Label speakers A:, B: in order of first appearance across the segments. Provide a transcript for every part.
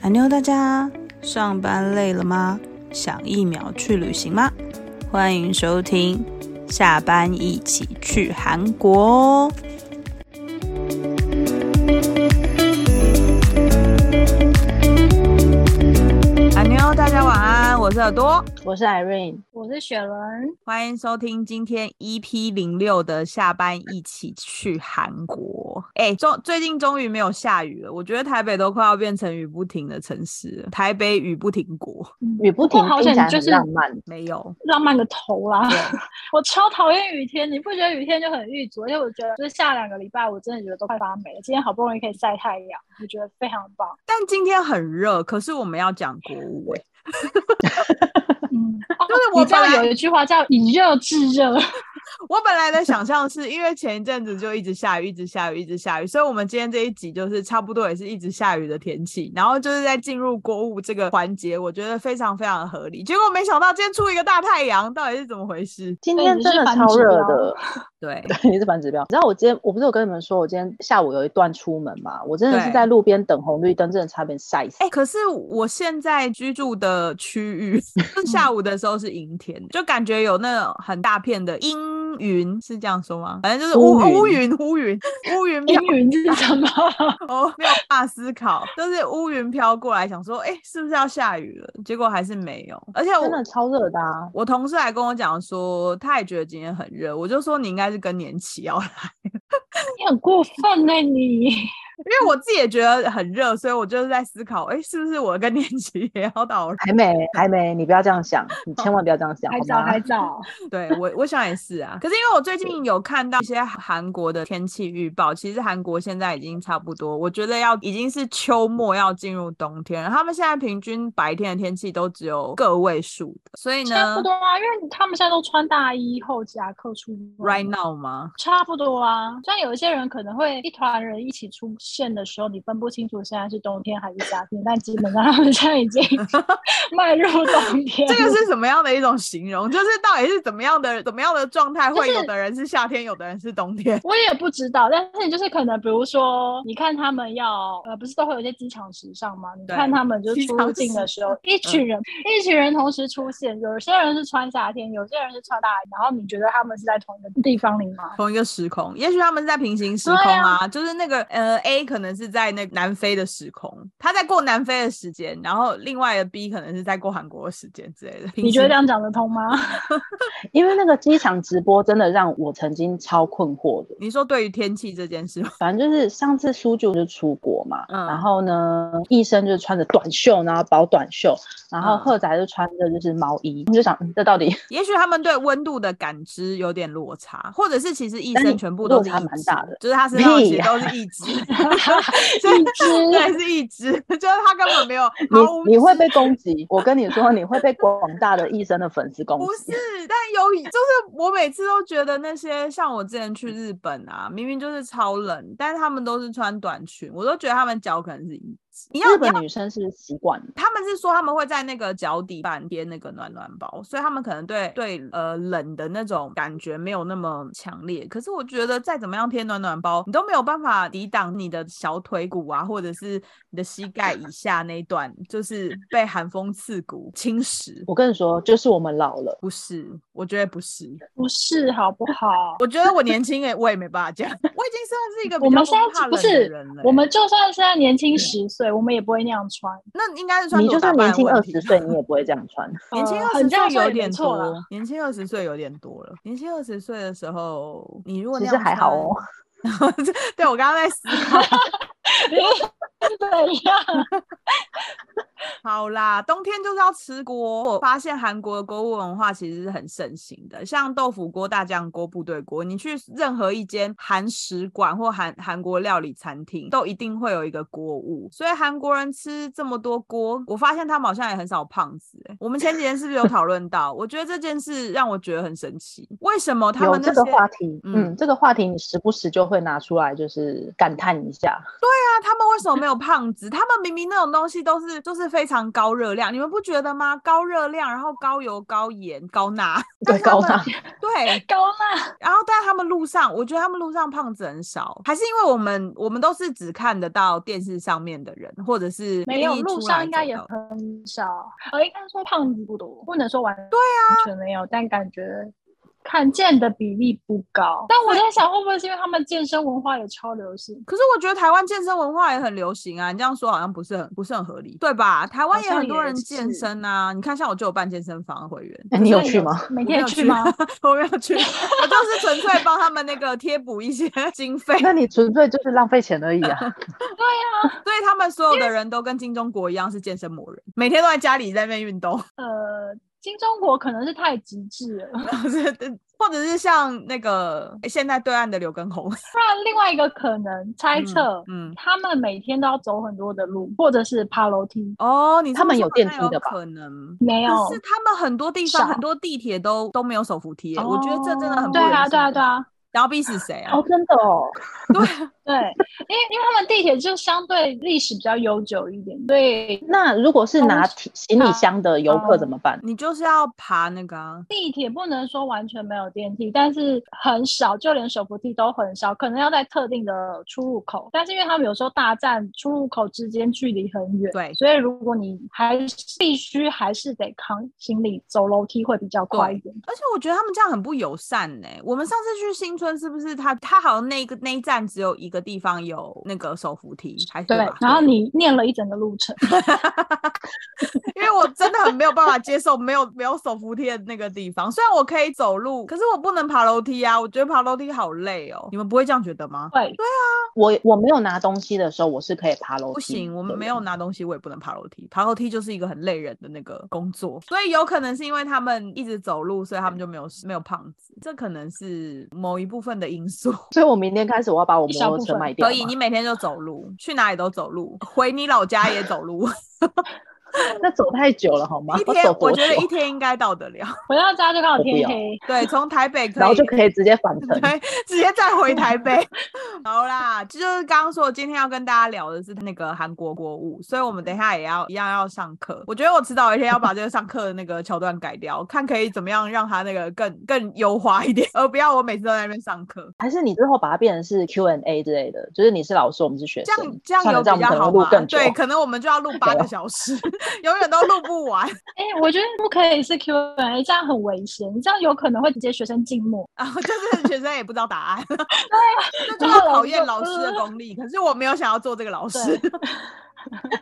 A: 韩妞，大家上班累了吗？想一秒去旅行吗？欢迎收听《下班一起去韩国》哦。韩妞，大家晚安，我是耳朵，
B: 我是 Irene，
C: 我是雪伦，
A: 欢迎收听今天 EP 零六的下班一起去韩国。哎、终最近终于没有下雨了，我觉得台北都快要变成雨不停的城市了，台北雨不停国
B: 雨不停，
C: 我好
B: 听起来
C: 想就
B: 很
C: 是
B: 浪漫。
A: 没有。
C: 浪漫个头啦！ 我超讨厌雨天，你不觉得雨天就很郁卒？而且我觉得就是下两个礼拜，我真的觉得都快发霉了。今天好不容易可以晒太阳，我觉得非常棒。
A: 但今天很热，可是我们要讲国舞、欸，
C: 嗯，
A: 就是我
C: 你知道
A: 本来
C: 有一句话叫“以热制热
A: 我本来的想象是因为前一阵子就一直下雨，一直下雨，一直下雨，所以我们今天这一集就是差不多也是一直下雨的天气，然后就是在进入国务这个环节，我觉得非常非常的合理。结果没想到今天出一个大太阳，到底是怎么回事？
B: 今
C: 所以
B: 天
C: 你
B: 真
C: 是
B: 的
C: 反
B: 超
C: 指
B: 热
C: 标
B: 的，
A: 对，
B: 你是反指标。你知道我今天我不是有跟你们说，我今天下午有一段出门嘛，我真的是
A: 对
B: 在路边等红绿灯，真的差点晒死。
A: 哎、可是我现在居住的区域 就是下午的时候是阴天，就感觉有那种很大片的阴云，是这样说吗？反正就是乌哦乌
B: 乌
A: 云乌云乌 云”，
C: 阴
A: 飘
C: 云是什么？
A: 哦，没有办法思考，就是乌云飘过来，想说，哎、是不是要下雨了？结果还是没有。而且
B: 真的
A: 我
B: 超热的啊！
A: 我同事还跟我讲说，他也觉得今天很热。我就说你应该是更年期要来，
C: 你很过分呢、你。
A: 因为我自己也觉得很热，所以我就是在思考，哎、是不是我的更年期也要到了？
B: 还没，还没，你不要这样想，你千万不要这样想，好
C: 还早
B: 吗
C: 还？早，
A: 对我，我想也是啊。可是因为我最近有看到一些韩国的天气预报，其实韩国现在已经差不多，我觉得要已经是秋末要进入冬天了。他们现在平均白天的天气都只有个位数的，所以
C: 差
A: 呢
C: 不多啊，因为他们现在都穿大衣后夹克出门。
A: ，right now 吗？
C: 差不多啊，像有一些人可能会一团人一起出现的时候，你分不清楚现在是冬天还是夏天，但基本上他们现在已 经 迈入冬天了。
A: 这个是什么样的一种形容？就是到底是怎么样的怎么样的状态，会
C: 就
A: 有
C: 是
A: 的人是夏天，有的人是冬天。
C: 我也不知道，但是就是可能，比如说，你看他们要呃，不是都会有一些机场时尚吗？你
A: 对
C: 看他们就
A: 机场
C: 出境的时候
A: 时，嗯
C: 一群人、一群人同时出现，有些人是穿夏天，有些人是穿大衣，然后你觉得他们是在同一个地方里吗？
A: 同一个时空，也许他们是在平行时空
C: 对
A: 啊，
C: 啊
A: 就是那个呃 A 可能是在那个南非的时空，他在过南非的时间，然后另外的 B 可能是在过韩国的时间之类的。平
C: 你觉
A: 行
C: 得这样讲得通吗？
B: 因为那个机场直播真的让我曾经超困惑的。
A: 你说对于天气这件事吗，
B: 反正就是上次苏就就出国嘛，
A: 嗯
B: 然后呢，医生就穿着短袖，然后薄短袖，然后
A: 嗯
B: 赫仔就穿着就是毛衣，你就想嗯这到底
A: 也许他们对温度的感知有点落差，或者是其实医
B: 但
A: 生
B: 你
A: 全部都
B: 落
A: 是
B: 差
A: 一
B: 蛮
A: 只
B: 大的
A: 就是他身上的
B: 屁
A: 其实
B: 呀
A: 都是一只， 所 以
C: 一 只
A: 对是一只， 就是他根本没有毫无
B: 你你会
A: 知
B: 被攻 击？我跟你说，你会被广大的医生的粉丝攻
A: 不
B: 击
A: 是。，但有一就是我每次都觉得那些像我之前去日本啊，明明就是超冷，但是他们都是穿短裙，我都觉得他们脚可能是一只。你要
B: 日
A: 你要，
B: 本女生是习惯的，
A: 他们是说他们会在那个脚底板贴那个暖暖包，所以他们可能对对呃冷的那种感觉没有那么强烈。可是我觉得再怎么样贴暖暖包，你都没有办法抵挡你的小腿骨啊，或者是你的膝盖以下那一段，就是被寒风刺骨侵蚀。
B: 我跟你说，就是我们老了，
A: 不是，我觉得不是。
C: 不是好不好？
A: 我觉得我年轻哎、我也没办法这样， 我已经算是一个比
C: 我
A: 较
C: 们现在
A: 怕
C: 不
A: 冷的
C: 是
A: 人了欸、
C: 我们就算现在年轻十岁，我们也不会那样穿。
A: 那应该是穿
B: 你
A: 着
B: 就
A: 打
B: 算
A: 扮
B: 年
A: 的
B: 轻
A: 问
B: 二
A: 题
B: 十岁， 哦你也不会这样穿。
A: 年轻
C: 呃
A: 二
C: 很
A: 十
C: 这样
A: 岁
C: 说
A: 有
C: 也没
A: 点
C: 错啦
A: 多，年轻二十岁有点多了。年轻二十岁的时候，你如果
B: 其
A: 那
B: 实
A: 样
B: 还好
A: 穿
B: 哦。，
A: 对我刚刚在思考，
C: 对呀，
A: 好啦，冬天就是要吃锅。我发现韩国的锅物文化其实是很盛行的，像豆腐锅、大酱锅、部队锅，你去任何一间韩食馆或韩韩国料理餐厅，都一定会有一个锅物。所以韩国人吃这么多锅，我发现他们好像也很少胖子、欸。我们前几天是不是有讨论到？我觉得这件事让我觉得很神奇，为什么他
B: 有
A: 们那
B: 这
A: 些
B: 个话题，
A: 嗯
B: 嗯，这个话题你时不时就会拿出来，就是感叹一下。
A: 啊那他们为什么没有胖子？他们明明那种东西都是就是非常高热量，你们不觉得吗？高热量，然后高油、高盐、高钠，
B: 对高钠，
A: 对，
C: 高辣，
A: 然后，但他们路上，我觉得他们路上胖子很少，还是因为我们我们都是只看得到电视上面的人，或者是
C: 没有
A: 愿意
C: 路
A: 出
C: 上
A: 来
C: 应该
A: 走
C: 也
A: 到
C: 很少，呃，应该说胖子不多，不能说完对啊，完全没有，但感觉看见的比例不高。但我在想，会不会是因为他们健身文化也超 流行？
A: 可是我觉得台湾健身文化也很流行啊，你这样说好像不是很不是很合理，对吧？台湾
C: 好
A: 也很
C: 像
A: 多
C: 也
A: 人健
C: 是
A: 身啊，你看像我就有办健身房会员，
B: 哎你有
C: 那
B: 去吗？？
C: 每
A: 我没
C: 天
A: 有
C: 去吗？？
A: 我没有去，我就是纯粹帮他们那个贴补一些经费，
B: 那你纯粹就是浪费钱而已啊！
A: 所以他们所有的人都跟金钟国一样是健身魔人，每天都在家里在那边运动，
C: 呃，新中国可能是太极致了，不
A: 或者是 或者是像那个现在对岸的刘畊宏，
C: 然另外一个可能 猜
A: 嗯
C: 测，
A: 嗯。
C: 他们每天都要走很多的路，或者是爬楼梯。
A: 哦，你这
B: 他
A: 么
B: 们
A: 说
B: 有
A: 好
B: 电
A: 像
B: 梯的吧
A: 可能
C: 没有，
A: 可是他们很多地方很
C: 少
A: 多地铁都都没有手扶梯耶、我觉得这真的很
C: 哦
A: 不
C: 对
A: 人
C: 啊，
A: 性
C: 对啊，
A: 欸
C: 对啊，
A: 然后逼死谁啊？
B: 哦，真的哦，
C: 对，因为因为他们地铁就相对历史比较悠久一点，所以
B: 那如果是拿提行李箱的游
A: 嗯
B: 客怎么办？
A: 你就是要爬那个、啊，
C: 地铁不能说完全没有电梯，但是很少，就连手扶梯都很少，可能要在特定的出入口。但是因为他们有时候大站出入口之间距离很远，
A: 对
C: 所以如果你还是必须还是得扛行李走楼梯会比较快一点。
A: 而且我觉得他们这样很不友善呢、我们上次去新村是不是他他好像那个那一站只有一个地方有那个手扶梯，还是
C: 对
A: 吧，
C: 然后你念了一整个路程，
A: 因为我真的很没有办法接受没有没有手扶梯的那个地方。虽然我可以走路，可是我不能爬楼梯啊！我觉得爬楼梯好累哦。你们不会这样觉得吗？
C: 对，
B: 我我没有拿东西的时候，我是可以爬楼梯。啊
A: 不行，我们没有。拿东西，我也不能爬楼梯。爬楼梯就是一个很累人的那个工作，所以有可能是因为他们一直走路，所以他们就没有没有胖子，这可能是某一部分的因素。
B: 所以我明天开始我要把我
C: 一
B: 摩
C: 小
B: 托
C: 部
B: 车
C: 分
B: 卖掉
A: 所
B: 嘛。
A: 以你每天就走路，去哪里都走路，回你老家也走路。
B: 那走太久了好吗？
A: 一
B: 我
A: 天
B: 走
A: 我
B: 多久啊
A: 觉？得一天应该到得了。
C: 回到家就刚
B: 我
C: 好
B: 不
C: 天
B: 要
C: 黑，
A: 对，从台北可以，
B: 然后就可以直接返程。
A: 对，直接再回台 北。好啦，这就是刚刚说，今天要跟大家聊的是那个韩国国舞，所以我们等一下也要一样要上课。我觉得我迟早有一天要把这个上课的那个桥段改掉，看可以怎么样让它那个更更优化一点，而不要我每次都在那边上课。
B: 还是你之后把它变成是 Q&A 之类的，就是你是老师，我们是学
A: 这样
B: 生，
A: 这样
B: 算
A: 有
B: 了，这样
A: 比
B: 我
A: 较
B: 们
A: 好
B: 可能录
A: 吗？
B: 更久。
A: 对，可能我们就要录八
B: 对
A: 个
B: 啊
A: 小时， 永远都录不完。
C: 哎、我觉得不可以是 Q&A，这样很危险，这样有可能会直接学生静默。
A: 然后就是学生也不知道答案， 对这就
C: 啊然
A: 要考
C: 后老师
A: 验
C: 就
A: 老师的
C: 呃
A: 功力。可是我没有想要做这个老师。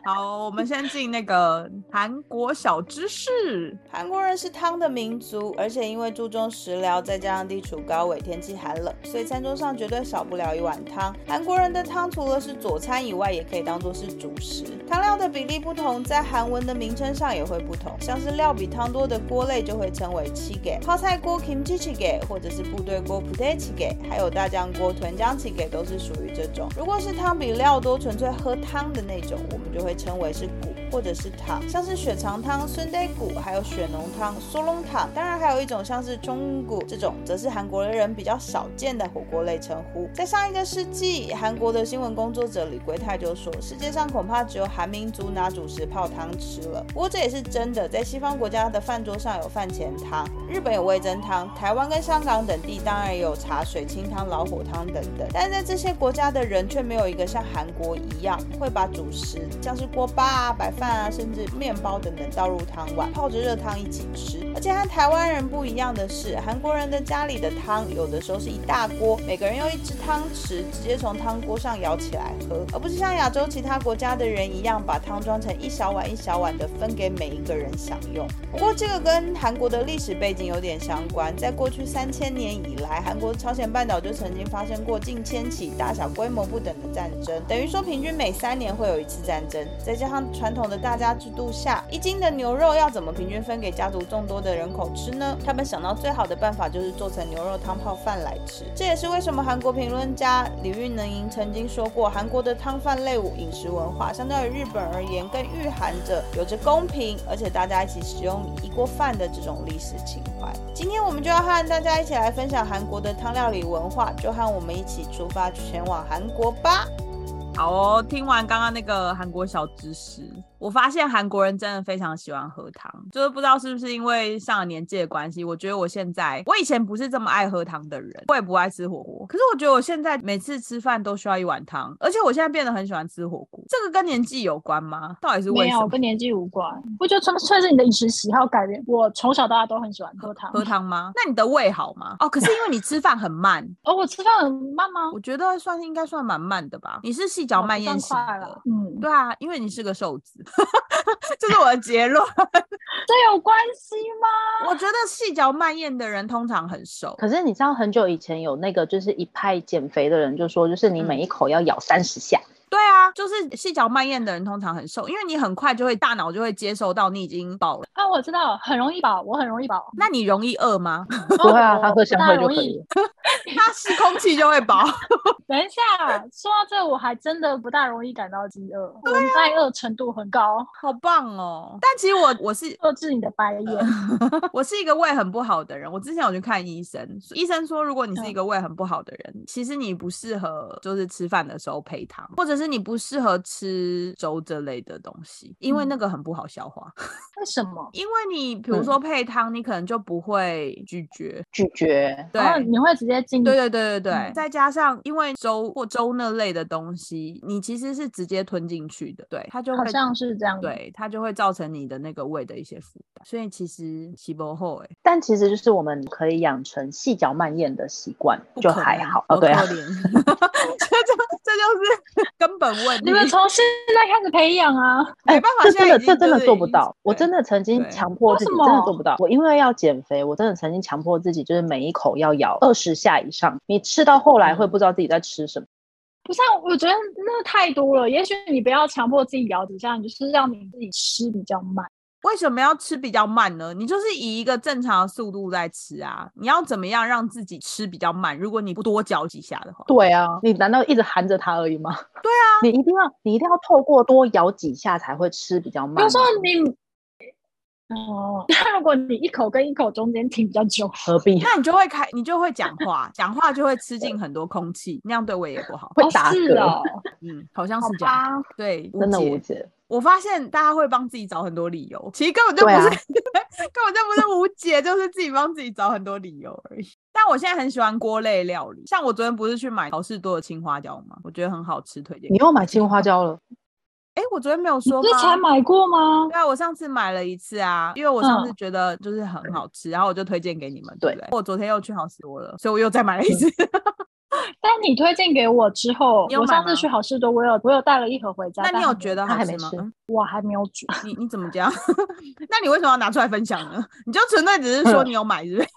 A: 好，我们先进那个韩国小知识。韩国人是汤的民族，而且因为注重食疗，再加上地处高纬，天气寒冷，所以餐桌上绝对少不了一碗汤。韩国人的汤除了是佐餐以外，也可以当做是主食。汤料的比例不同，在韩文的名称上也会不同，像是料比汤多的锅类就会称为七给，泡菜锅 kimchi 七给，或者是部队锅 p u t e 七给，还有大酱锅豚姜七给都是属于这种。如果是汤比料多，纯粹喝汤的那种，我们就会称为是骨或者是汤，像是血肠汤、酸带骨，还有血浓汤、苏龙汤。当然，还有一种像是中骨这种，则是韩国人比较少见的火锅类称呼。在上一个世纪，韩国的新闻工作者李圭泰就说，世界上恐怕只有韩民族拿主食泡汤吃了。不过这也是真的，在西方国家的饭桌上有饭前汤，日本有味噌汤，台湾跟香港等地当然也有茶水、清汤、老火汤等等。但在这些国家的人却没有一个像韩国一样会把主食，像是锅巴啊、白饭啊，甚至面包等等倒入汤碗，泡着热汤一起吃。而且和台湾人不一样的是，韩国人的家里的汤有的时候是一大锅，每个人用一只汤匙直接从汤锅上舀起来喝，而不是像亚洲其他国家的人一样把汤装成一小碗一小碗的分给每一个人享用。不过这个跟韩国的历史背景有点相关，在过去三千年以来，韩国朝鲜半岛就曾经发生过近千起大小规模不等的战争，等于说平均每三年会有一次战争。再加上传统的大家制度下，一斤的牛肉要怎么平均分给家族众多的人口吃呢？他们想到最好的办法就是做成牛肉汤泡饭来吃。这也是为什么韩国评论家李运能莹曾经说过，韩国的汤饭类饮食文化相对于日本而言更蕴含着有着公平，而且大家一起使用一锅饭的这种历史情怀。今天我们就要和大家一起来分享韩国的汤料理文化，就和我们一起出发前往韩国吧。好哦，听完刚刚那个韩国小知识，我发现韩国人真的非常喜欢喝汤，就是不知道是不是因为上了年纪的关系，我觉得我现在，我以前不是这么爱喝汤的人，我也不爱吃火锅，可是我觉得我现在每次吃饭都需要一碗汤，而且我现在变得很喜欢吃火锅，这个跟年纪有关吗？到底是为
C: 没
A: 什
C: 有
A: 么？
C: 跟年纪无关，我觉得纯粹是你的饮食喜好改变。我从小到大都很喜欢喝汤，
A: 喝汤吗？那你的胃好吗？哦，可是因为你吃饭很慢，
C: 哦，我吃饭很慢吗？
A: 我觉得算应该算蛮慢的吧。你是细
C: 我
A: 嚼慢咽
C: 不
A: 型
C: 算快了
A: 的，，
C: 嗯，
A: 对啊，因为你是个瘦子， 这是我的结论。
C: 这有关系吗？
A: 我觉得细嚼慢咽的人通常很瘦。
B: 可是你知道很久以前有那个就是一派减肥的人就说，就是你
A: 嗯
B: 每一口要咬三十下，
A: 对啊，就是细嚼慢咽的人通常很瘦，因为你很快就会大脑就会接收到你已经饱了。
C: 啊，我知道，很容易饱，我很容 易饱。
A: 那你容易饿吗？
B: 不会啊，
C: 哦
B: 他喝香
C: 不大
B: 会就
C: 容
B: 可
C: 易
B: 以了。
A: 它吸空气就会饱。
C: 等一下，说到这，我还真的不大容易感到饥饿，我耐饿程度很高，
A: 好棒哦！但其实我我是
C: 克制你的白眼。
A: 我是一个胃很不好的人，我之前有去看医生，医生说如果你是一
C: 嗯
A: 个胃很不好的人，其实你不适合就是吃饭的时候配糖，或者是你不适合吃粥这类的东西，因为
C: 嗯
A: 那个很不好消化。
C: 为什么？
A: 因为你比如
B: 嗯
A: 说配汤，你可能就不会咀嚼，
B: 咀嚼，
A: 对。
C: 然后你会直接进
A: 对对对对对，
C: 哦嗯
A: 再加上因为粥或粥那类的东西，你其实是直接吞进去的，对，它就
C: 好
A: 会
C: 像是这样。，
A: 对它就会造成你的那个胃的一些负担，所以其实起不后哎，
B: 但其实就是我们可以养成细嚼慢咽的习惯，
A: 不
B: 就
A: 可
B: 还
A: 能
B: 好。
A: 好
B: 哦，对啊
A: 可，怜 这就这就是根本问题，
C: 你们从现在开始培养啊。
A: 没办法，
B: 这
A: 现在
B: 真的
A: 已经
B: 这真的
A: 就是
B: 做
A: 已
B: 不
A: 经
B: 到，我
A: 对
B: 真的曾经
A: 对
B: 强迫自己，
C: 为
B: 真
C: 什
B: 的
C: 么
B: 做不到。我因为要减肥，我真的曾经强迫自己，就是每一口要咬二十下以上。你吃到后来会
A: 嗯
B: 不知道自己在吃什么。
C: 不是、啊，我觉得那太多了。也许你不要强迫自己咬几下，你就是让你自己吃比较慢。
A: 为什么要吃比较慢呢？你就是以一个正常的速度在吃啊，你要怎么样让自己吃比较慢？如果你不多嚼几下的话，
B: 对啊，你难道一直含着它而已吗？对啊，你一定要你一定要透过多咬几下才会吃比较
C: 比
B: 慢吗。
C: 如说你，哦，那如果你一口跟一口中间停比较久，
B: 何必
A: 那你就会开，你就会 讲话，讲话就会吃进很多空气，那样对胃也不好。
B: 会
C: 哦
B: 打
C: 是
B: 嗝？
C: 哦，啊
A: 嗯，好像
C: 好
A: 是这样。
C: 吧，
A: 对，
B: 真的
A: 无
B: 无
A: 解。
B: 解。
A: 我发现大家会帮自己找很多理由，其实根本就不
B: 对啊
A: 是， 根本就不是无解，就是自己帮自己找很多理由而已。但我现在很喜欢锅类料理，像我昨天不是去买好事多的青花椒吗？我觉得很好吃，推荐给
B: 你
A: 你。
B: 又买青花椒了？
A: 哎，我昨天没有
C: 你
A: 说
C: 不是
A: 吗？
C: 才买过吗？
A: 对啊，我上次买了一次啊，因为我上次
C: 嗯
A: 觉得就是很好吃，然后我就推荐给你们，对
B: 对嗯
A: 不对？我昨天又去好事多了，所以我又再买了一次。
C: 但你推荐给我之后
A: 你，有
C: 我
A: 买
C: 上
A: 吗
C: 次去好事多，我有我有带了一盒回家。
A: 那你
C: 但
A: 有
C: 还没
A: 觉得
B: 他
A: 好
B: 还
A: 吃
B: 没
A: 吗？
B: 吃
A: 嗯
C: 我还没有煮？
A: 你你怎么这样？ 那你为什么要拿出来分享呢？ 你就纯粹只是 说你有买，是不是？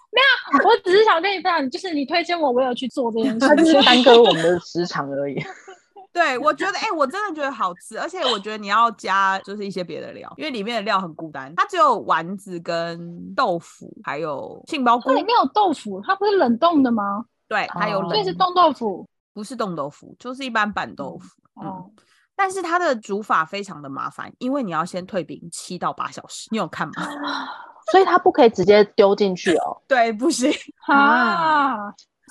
C: 我只是想跟你分享，就是你推荐我，我有去做这 件
B: 它就
C: 事
B: 是
C: 情。
B: 耽搁我们的时长而已。
A: 对，我觉得，哎、我真的觉得好吃，而且我觉得你要加就是一些别的料，因为里面的料很孤单，它只有丸子跟豆腐，还有杏鲍菇
C: 它，里面有豆腐，它不是冷冻的吗？
A: 对，还有
B: 哦
A: 冷
C: 所以，是冻豆腐。
A: 不是冻豆腐，就是一般板豆
C: 嗯
A: 腐。嗯
C: 哦，
A: 但是它的煮法非常的麻烦，因为你要先退冰七到八小时，你有看吗？
B: 所以它不可以直接丢进去哦。
A: 对，不行。
C: 啊，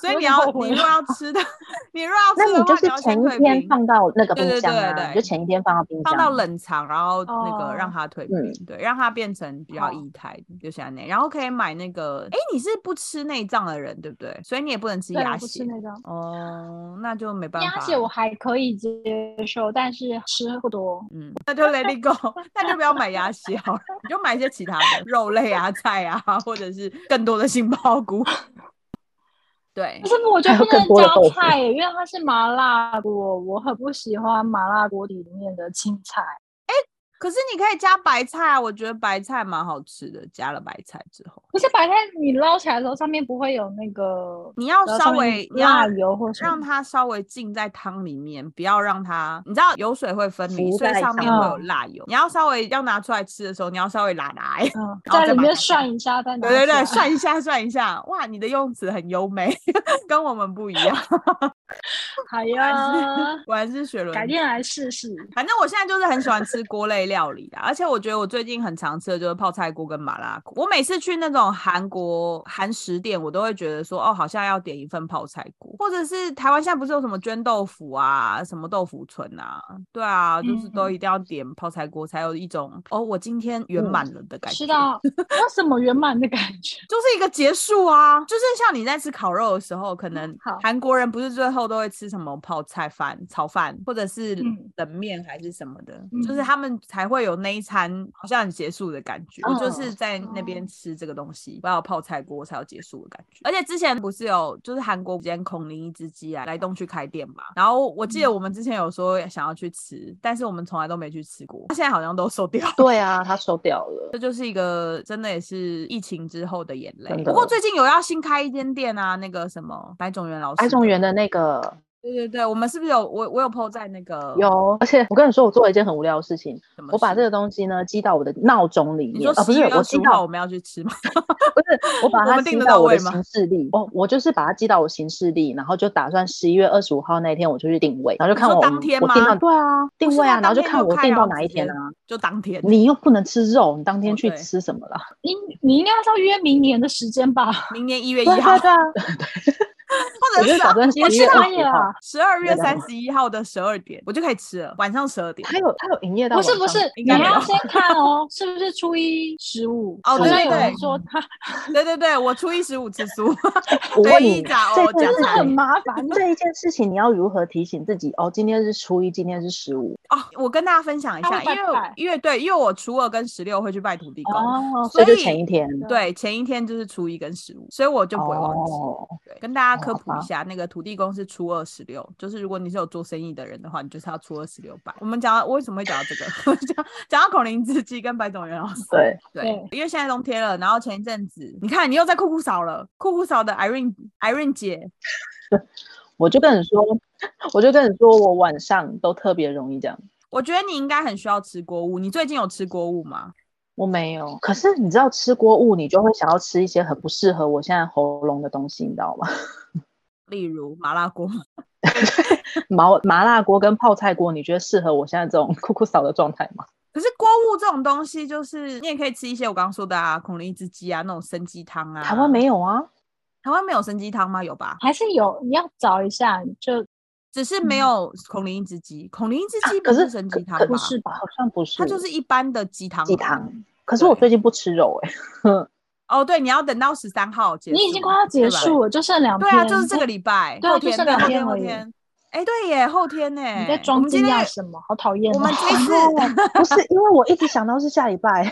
A: 所以
C: 有
A: 你
C: 点
A: 要，你
C: 后悔
A: 如果
C: 了
A: 要吃的， 你如果要
B: 那
A: 吃
B: 你
A: 的
B: 就
A: 话，
B: 是
A: 要先
B: 前
A: 退
B: 一天
A: 冰，
B: 放到那个
A: 对对
B: 冰箱
A: 对
B: 啊，
A: 对
B: 你就前一天放到冰箱，
A: 放到冷藏，然后那个让
C: 哦
A: 它退冰，
B: 嗯
A: 对，让它变成比较
C: 好
A: 液态，就像那样，然后可以买那个，哎，你是不吃内脏的人，对不对？所以你也不能吃
C: 对，
A: 鸭
C: 我不吃
A: 血。
C: 那个
A: 哦，那就没办法。
C: 鸭血，我还可以接受，但是吃不多。
A: 嗯，那就 let it go，那 就不要买鸭血好了，你就买一些其他的肉类啊、菜啊，或者是更多的杏鲍 菇。对
C: 可，是我觉得
B: 还有
C: 不能
B: 更多的豆腐
C: 加菜耶，因为它是麻辣锅，我很不喜欢麻辣锅里面的青菜。
A: 可是你可以加白菜啊，我觉得白菜蛮好吃的，加了白菜之后，
C: 可是白菜你捞起来的时候，上面不会有那个
A: 你要
C: 然后
A: 稍
C: 上面
A: 微你要
C: 辣油或什
A: 让
C: 么，
A: 它稍微浸在汤里面，不要让它，你知道油水会分离，
B: 浮
A: 所以
B: 在
A: 上面
C: 上
A: 会有
C: 面
A: 辣油。你要稍微要拿出来吃的时候，你要稍微拉拉、 欸。
C: 嗯，
A: 然后
C: 在
A: 再
C: 里
A: 把
C: 面
A: 它
C: 涮一下，再拿
A: 对对
C: 起
A: 对，
C: 来
A: 算一下算一下，哇，你的用词很优美， 跟我们不一样，
C: 好呀，
A: 果然是雪伦
C: 哎改天来试试。
A: 反正我现在就是很喜欢吃锅类料理啊啦。而且我觉得我最近很常吃的就是泡菜锅跟麻辣锅。我每次去那种韩国韩食店，我都会觉得说，哦，好像要点一份泡菜锅，或者是台湾现在不是有什么绢豆腐啊，什么豆腐村啊，对啊，就是都一定要点泡菜锅，才有一种哦，我今天圆满了的感觉。
C: 吃到有什么圆满的感觉？
A: 就是一个结束啊，就是像你在吃烤肉的时候，可能
C: 嗯好
A: 韩国人不是最后都会吃什么泡菜饭、炒饭，或者是
C: 嗯
A: 冷面还是什么的，
C: 嗯
A: 就是他们才会有那一餐好像很结束的感觉。我
C: 哦
A: 就是在那边吃这个东西，不要有泡菜锅才有结束的感觉。而且之前不是有就是韩国间孔林一只鸡啊来东区开店嘛，然后我
C: 嗯
A: 记得我们之前有说想要去吃，但是我们从来都没去吃过，现在好像都收掉了。
B: 对啊，他收掉了。
A: 这就是一个真的也是疫情之后的眼泪。
B: 真
A: 不
B: 的
A: 过最近有要新开一间店啊，那个什么白种元老师，
B: 白种，元的那个
A: 对对对，我们是不是有我我有 PO 在那个
B: 有，而且我跟你说，我做了一件很无聊的事情，
A: 什么事？
B: 我把这个东西呢记到我的闹钟里
A: 你
B: 面
A: 说
B: 啊、不
A: 十
B: 是
A: 一月
B: 我
A: 二十
B: 记
A: 五号
B: 到
A: 我们要去吃吗？
B: 不是，我把
A: 我
B: 它
A: 们定
B: 记
A: 得
B: 到
A: 到
B: 我的
A: 位吗
B: 行事历。哦，我就是把它记到我行事历，然后就打算十一月二十五号那一天我就去定位，然后
A: 你
B: 就看
A: 说
B: 我
A: 当
B: 我
A: 天
B: 定到
A: 吗
B: 对啊，定
A: 是
B: 位
A: 他
B: 啊，然后就
A: 当天
B: 看
A: 就
B: 我
A: 开
B: 定
A: 然
B: 到
A: 后
B: 哪
A: 直
B: 一天
A: 接
B: 啊。
A: 就当天。
B: 你又不能吃肉，你当天
A: 哦
B: 去
A: 对
B: 吃什么了？
C: 你你应该是要约明年的时间吧？
A: 明年一月一
B: 对
A: 号
B: 对，对啊，
A: 或
B: 我
A: 者
B: 就是打 算
A: 我
B: 十一
A: 知
B: 月
A: 道
B: 二
C: 可以
B: 十
C: 了
B: 号。
A: 十二月
B: 知道
A: 三十一号的十二点，我就可以吃了，晚上十二点。
B: 他有他有营业到
C: 不是
B: 晚
C: 不是
B: 上，
C: 你
A: 应该没有
C: 要先看哦，是不是初一十五？
A: 哦
C: 好像
B: 对
C: 有
B: 对
C: 人说他
A: 对对对，我初一十五吃素。
B: 我问
A: 一
B: 你，
A: 讲
B: 这
A: 哦，讲
B: 真的
C: 真的
A: 错了
C: 很麻烦。
B: 这一件事情你要如何提醒自己？哦，今天是初一，今天是十五。
A: 哦，我跟大家分享一
C: 他
A: 下，因
C: 会拜
A: 为我
C: 拜
A: 因为对，因为我初二跟十六会去拜土地公，
C: 哦
A: 所以
B: 所以就前一天
A: 对，前一天就是初一跟十五，所以我就不会忘记。
B: 哦，
A: 对，跟大家科
B: 好
A: 普一
B: 吧
A: 下，那个土地公是初二十六，就是如果你是有做生意的人的话，你就是要初二十六拜。我们讲到我为什么会讲到这个， 讲讲到孔林之鸡跟白种元老师，
B: 对，
A: 对，
C: 对
A: 因为现在冬天了，然后前一阵子你看你又在酷酷嫂了，酷酷嫂的 Irene Irene 姐，
B: 我就跟你说，我就跟你说，我晚上都特别容易这样。
A: 我觉得你应该很需要吃锅物，你最近有吃锅物吗？
B: 我没有，可是你知道吃锅物，你就会想要吃一些很不适合我现在喉咙的东西，你知道吗？
A: 例如麻辣锅吗？
B: 麻麻辣锅跟泡菜锅，你觉得适合我现在这种酷酷嫂的状态吗？
A: 可是锅物这种东西，就是你也可以吃一些我刚刚说的啊，孔林一只鸡啊，那种生鸡汤啊。
B: 台湾没有啊，
A: 台湾没有生鸡汤吗？有吧，
C: 还是有，你要找一下，就
A: 只是没
C: 嗯
A: 有孔林一只鸡。孔林一只鸡不
B: 啊可是
A: 生鸡汤
B: 可
A: 吧
B: 不？是吧？好像不是，
A: 它就是一般的鸡汤吧。啊
B: 鸡汤。可是我最近不吃肉哎、
A: 哦，对，你要等到十三号结束，
C: 你已经快要结
A: 对吧
C: 束了，就剩两
A: 对
C: 天。
A: 啊，就是这个礼拜，
C: 对啊
A: 后
C: 就
A: 天
C: 剩
A: 对
C: 两
A: 后
C: 天
A: 天后
C: 而已
A: 天。哎，对耶，后天呢？
C: 你在
A: 我
C: 装
A: 们
C: 惊
A: 今
C: 讶
A: 天
C: 什么？好讨厌哦！
A: 我们这次
B: 哦不是因为我一直想到是下礼 拜，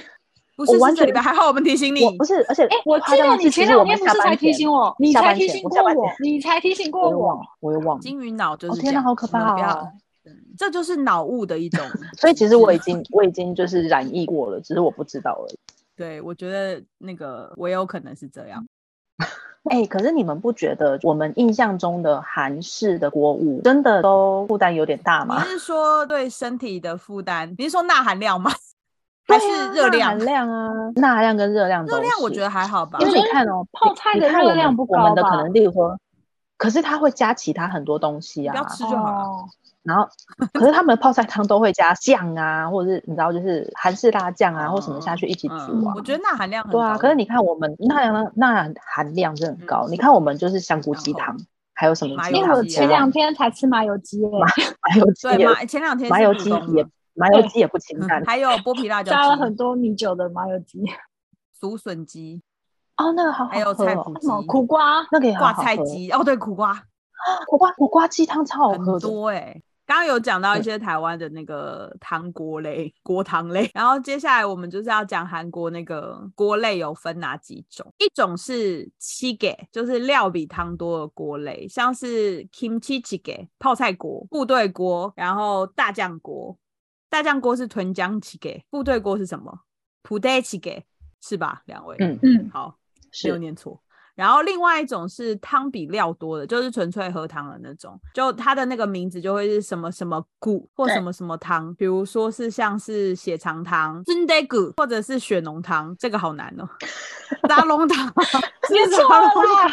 A: 不
B: 我
A: 是
B: 完
A: 是这礼
B: 全
A: 拜，还好我们提醒你。
B: 我不是，而且
C: 哎，我
B: 夸
C: 记
B: 张的
C: 得你
B: 是，其
C: 前
B: 实我
C: 两
B: 们
C: 天不
B: 下
C: 是才
B: 班
C: 提
B: 前，
C: 醒我，你
B: 下
C: 才
B: 班
C: 提
B: 前
C: 醒
B: 我下
C: 过
B: 班
C: 我
B: 前，
C: 你才提醒过
B: 我又忘
C: 我
B: 了。，我又忘了。
A: 金鱼脑就
B: 哦
A: 是这
B: 天哪
A: 样
B: 好可
A: 我们
B: 怕
A: 不要
B: 哦
A: 嗯这就是脑雾的一种。
B: 所以其实我已经我已经就是染疫过了，只是我不知道而已。
A: 对，我觉得那个我也有可能是这样。
B: 哎、可是你们不觉得我们印象中的韩式的锅物真的都负担有点大
A: 你
B: 吗？
A: 是说对身体的负担？你是说钠含量吗？
B: 对
A: 还
B: 啊
A: 是热
B: 钠
A: 量？
B: 含量啊，钠量跟热量都
A: 热量我
B: 是
A: 觉得还好吧
B: 因。为
C: 我觉
B: 你
C: 得
B: 看哦，
C: 泡
B: 你
C: 菜
B: 你
C: 的
B: 看
C: 热
B: 我们
C: 量不
B: 我
C: 高
B: 们的
C: 吧
B: 可能例如说，可是它会加其他很多东西
A: 不
B: 啊
A: 要，吃就好了。
C: 哦
B: 然 后可是他们泡菜汤都会加酱啊，或者是你知道就是韩式辣酱啊、或什么下去一起煮
A: 嗯，
B: 啊。
A: 我觉得钠含量很
B: 对啊，
A: 高
B: 可是
A: 的
B: 你看我们钠量钠含量是很高，你看我们就是香菇
A: 然
B: 鸡
A: 后
B: 汤，还有什么
A: 麻油
B: 鸡
C: 因为
B: 汤
C: 我
A: 鸡
B: 之
C: 前
A: 啊
B: 外
C: 两天才吃麻油鸡 耶，
B: 麻油鸡
A: 对
B: 也
A: 麻前两天
B: 麻
A: 是
B: 油
A: 股
B: 鸡
A: 东
B: 也
A: 嘛
B: 麻油
C: 对
B: 鸡也不清淡
A: 嗯还有剥皮辣椒
C: 加了
A: 鸡
C: 很、多米酒的麻油鸡，
A: 竹笋鸡、
B: 哦，那个好好
A: 还有
B: 喝
A: 菜
B: 哦
A: 脯
C: 什么
A: 鸡
C: 苦瓜，
B: 那个也好
A: 挂
B: 好
A: 菜
B: 喝
A: 鸡。哦，对，苦瓜
B: 苦瓜苦瓜鸡汤超好喝
A: 很
B: 的，
A: 多哎、刚刚有讲到一
B: 对
A: 些台湾的那个汤锅类、锅汤类，然后接下来我们就是要讲韩国那个锅类有分哪几种？一种是七给，就是料比汤多的锅类，像是 kimchi 七给泡菜锅、部队锅，然后大酱锅。大酱锅是豚姜七给，部队锅是什么？普代七给是吧？两位，
B: 嗯，
C: 嗯，
A: 好，没有
B: 是
A: 念错。然后另外一种是汤比料多的，就是纯粹喝汤的那种，就它的那个名字就会是什么什么骨或
C: 对
A: 什么什么汤，比如说是像是血肠汤、真的骨，或者是 血浓汤，这个好难哦。沙龙汤，
C: 别
A: 是
C: 错
A: 沙
C: 了
A: 龙
C: 啦，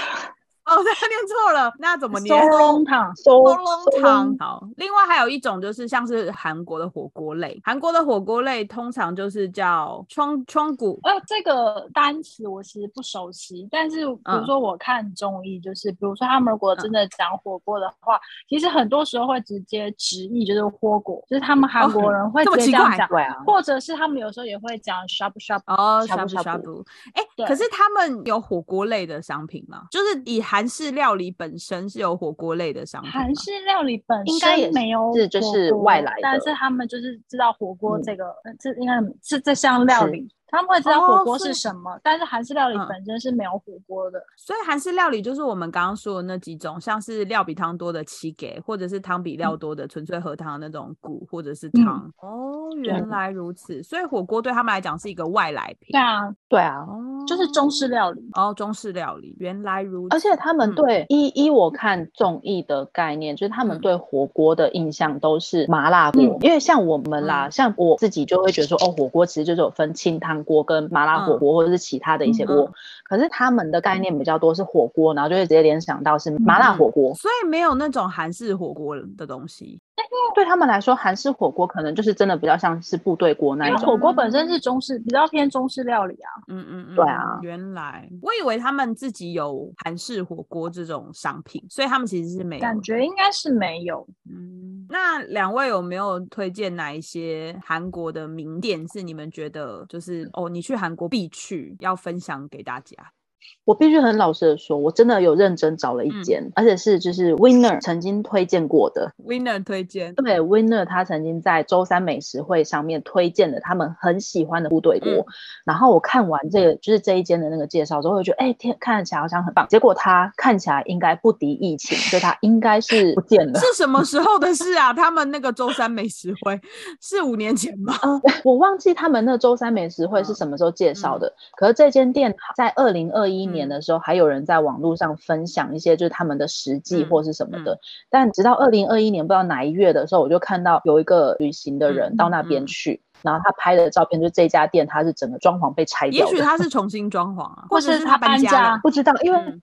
A: 哦，对，念错了，那怎么念？
C: 收笼汤，
B: 收
A: 喉咙汤。好，另外还有一种就是像是韩国的火锅类，韩国的火锅类通常就是叫冲冲骨。
C: 呃，这个单词我其实不熟悉，但是比
B: 嗯
C: 如说我看综艺，就是、比如说他们如果真的讲火锅的话，其实很多时候会直接直译就是火锅，就是他
B: 哦
C: 们韩国人会
A: 这
C: 直
A: 么
C: 接
A: 奇
C: 这样
A: 怪
C: 讲，
B: 对啊，
C: 或者是他们有时候也会讲 shop shop。
A: 哦，呷
B: 呷
A: 哺
B: 哺呷
A: 呷
B: 哺
A: 哺，哎、
C: 对
A: 可是他们有火锅类的商品吗？就是以韩式料理本身是有火锅类的商品吗
C: 韩式料理本身
B: 嗯应该也
C: 没有
B: 是就是
C: 火锅
B: 外来的
C: 但是他们就是知道火锅
B: 嗯
C: 这个，呃这应该是这项料
B: 是
C: 理，他们会知道火
A: 哦
C: 锅
A: 所以
C: 是什么，但是韩式料理
A: 嗯
C: 本身是没有火锅的。
A: 所以韩式料理就是我们刚刚说的那几种，像是料比汤多的七给，或者是汤比料多的纯粹喝汤的那种骨，或者是
C: 嗯
A: 汤。哦，原来如此。所以火锅对他们来讲是一个外来品
C: 对。啊，
B: 对啊。
A: 哦，
C: 就是中式料理。
A: 哦，中式料理，原来如此。
B: 而且他们
A: 嗯
B: 对依依我看综艺的概念，就是他们
A: 嗯
B: 对火锅的印象都是麻辣锅，
C: 嗯
B: 因为像我们啦，
A: 嗯
B: 像我自己就会觉得说，哦，火锅其实就是有分清汤锅跟麻辣火
A: 嗯
B: 锅，或者是其他的一些
A: 嗯
B: 锅。可是他们的概念比较多是火锅，然后就会直接联想到是麻辣
A: 嗯
B: 火锅。
A: 所以没有那种韩式火锅的东西。
B: 对他们来说，韩式火锅可能就是真的比较像是部队锅那
C: 因
B: 一
C: 为
B: 种。
C: 火锅本身是中式，比较偏中式料理啊。
A: 嗯嗯嗯，
B: 对啊
A: 原来我以为他们自己有韩式火锅这种商品，所以他们其实是没有的。
C: 感觉应该是没有。
A: 嗯，那两位有没有推荐哪一些韩国的名店是你们觉得就是哦，你去韩国必去，要分享给大家？
B: 我必须很老实的说，我真的有认真找了一
A: 嗯
B: 间，而且是就是 Winner 曾经推荐过的，
A: Winner 推荐，
B: 对，Winner 他曾经在周三美食会上面推荐了他们很喜欢的部队锅，
A: 嗯
B: 然后我看完这个就是这一间的那个介绍之后，我就觉得哎、天，看起来好像很棒。结果它看起来应该不敌疫情，所以它应该是不见了。
A: 是什么时候的事啊？他们那个周三美食会是五年前吗？
B: 我忘记他们那周三美食会是
A: 嗯嗯
B: 什么时候介绍的，可是这间店在二零二一年的时候，还有人在网络上分享一些就是他们的实际
A: 嗯
B: 或是什么的。但直到二零二一年不知道哪一月的时候，我就看到有一个旅行的人
A: 嗯
B: 到那
A: 嗯
B: 边
A: 嗯
B: 去，然后他拍的照片就是这家店，它是整个装潢被拆
A: 也
B: 掉
A: 许
B: 的。
A: 他是重新装潢啊，
C: 或
A: 或者
C: 是
A: 他
C: 他搬
A: 家了
C: 家。
B: 不知道，因为
A: 嗯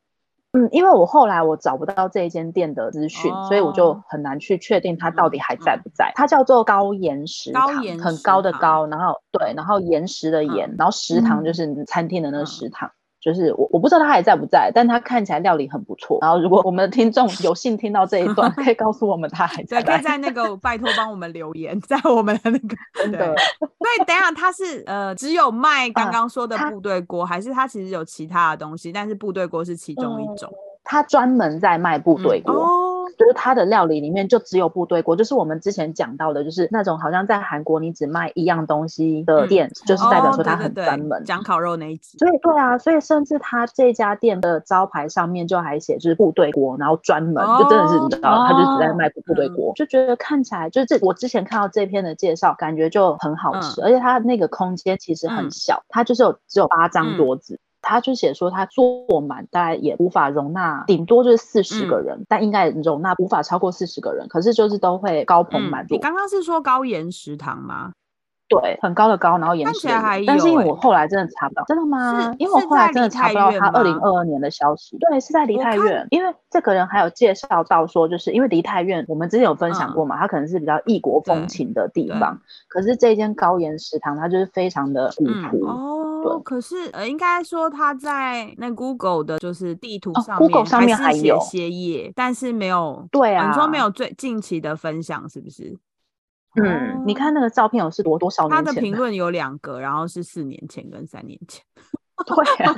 B: 嗯，因为我后来我找不到这一间店的资讯，所以我就
A: 哦
B: 很难去确定它到底
A: 嗯
B: 还
A: 嗯
B: 在不在。它叫做高盐食
A: 高
B: 堂，
A: 盐
B: 很
A: 食
B: 高的
A: 堂
B: 高，然后对，然后盐食的盐，然后食堂就
C: 嗯
B: 是餐厅的那个
A: 嗯
B: 食堂。就是我我不知道它还在不在，但它看起来料理很不错。然后如果我们的听众有幸听到这一 段，可以告诉我们它还在
A: 对，
B: 不
A: 可以
B: 在。
A: 在那个拜托帮我们留言，在我们的那个
B: 真
A: 对
B: 的，
A: 所以等一下他是呃只有卖刚
B: 嗯
A: 刚说的
B: 它
A: 部队锅，还是他其实有其他的东西？但是部队锅是其中一
C: 嗯
A: 种。
B: 它专门在卖部队锅。
A: 哦，
B: 就是它的料理里面就只有部队锅，就是我们之前讲到的，就是那种好像在韩国你只卖一样东西的
A: 嗯
B: 店，就是代表
A: 哦
B: 说它
A: 对
B: 很
A: 对
B: 专
A: 对
B: 门。
A: 讲烤肉那一集。
B: 所以对啊，所以甚至它这家店的招牌上面就还写就是部队锅，然后专门、
A: 哦
B: 就真的是你知道，它就只在卖部队
A: 嗯
B: 锅，就觉得看起来就是这我之前看到这篇的介绍，感觉就很好吃，
A: 嗯
B: 而且它那个空间其实很
A: 嗯
B: 小，它就是有只有八张
A: 嗯
B: 桌子。他就写说，他坐满大概也无法容纳，顶多就是四十
A: 嗯
B: 个人，但应该容纳无法超过四十个人。可是就是都会
A: 嗯
B: 高朋满座
A: 你，刚刚是说高盐食堂吗？
B: 对，很高的高，然后延
A: 看
B: 迟
A: 起
B: 的
A: 来
B: 延
A: 还
B: 但是
A: 有
B: 因为
A: 欸
B: 我后来真的查不到，真的吗
A: 是？
B: 因为我
A: 是
B: 后来
A: 在
B: 真的
A: 梨
B: 查不
A: 泰
B: 到
A: 院
B: 他
A: 吗
B: 二零二二年的消息。对，是在梨
A: 我
B: 泰
A: 看
B: 院，因为这个人还有介绍到说，就是因为梨泰院我们之前有分享过嘛，它可能是比较异国风
A: 嗯对
B: 情的地
A: 对
B: 方，可是这间高盐食堂它就是非常的古
A: 嗯，
B: 朴。
A: 哦
B: 对，
A: 可是呃，应该说他在那 Google 的，就是地图
B: 哦
A: 上面、
B: Google 上面还
A: 还是写
B: 有
A: 歇业，但是没有。
B: 对
A: 哦
B: 啊，
A: 你说没？有最近期的分享是不是？
B: 嗯，你
A: 哦
B: 看那个照片，我是多多少
A: 他
B: 年
A: 的
B: 前
A: 评？论有两个，然后是四年前跟三年前。
B: 对啊，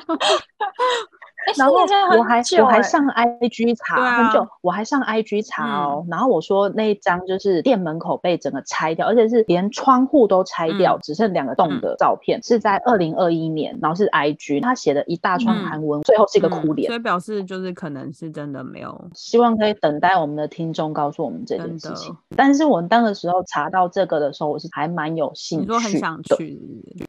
C: 哎，
B: 然后
C: 现在很
B: 我还
C: 久
B: 我还
C: 欸
B: 上 IG 查、
A: 对啊嗯
B: 很久，我还上 IG 查哦。然后我说那一张就是店门口被整个拆掉，而且是连窗户都拆掉，
A: 嗯
B: 只剩两个洞的照片，是在二零二一年，然后是 IG，他写的一大串
A: 嗯
B: 韩文，最后是一个
A: 嗯
B: 哭脸。
A: 所以表示就是可能是真的没有。
B: 希望可以等待我们的听众告诉我们这件
A: 真
B: 事
A: 的
B: 情。但是我当的时候查到这个的时候，我是还蛮有兴
A: 你
B: 趣
A: 说很想
B: 的
A: 去是不是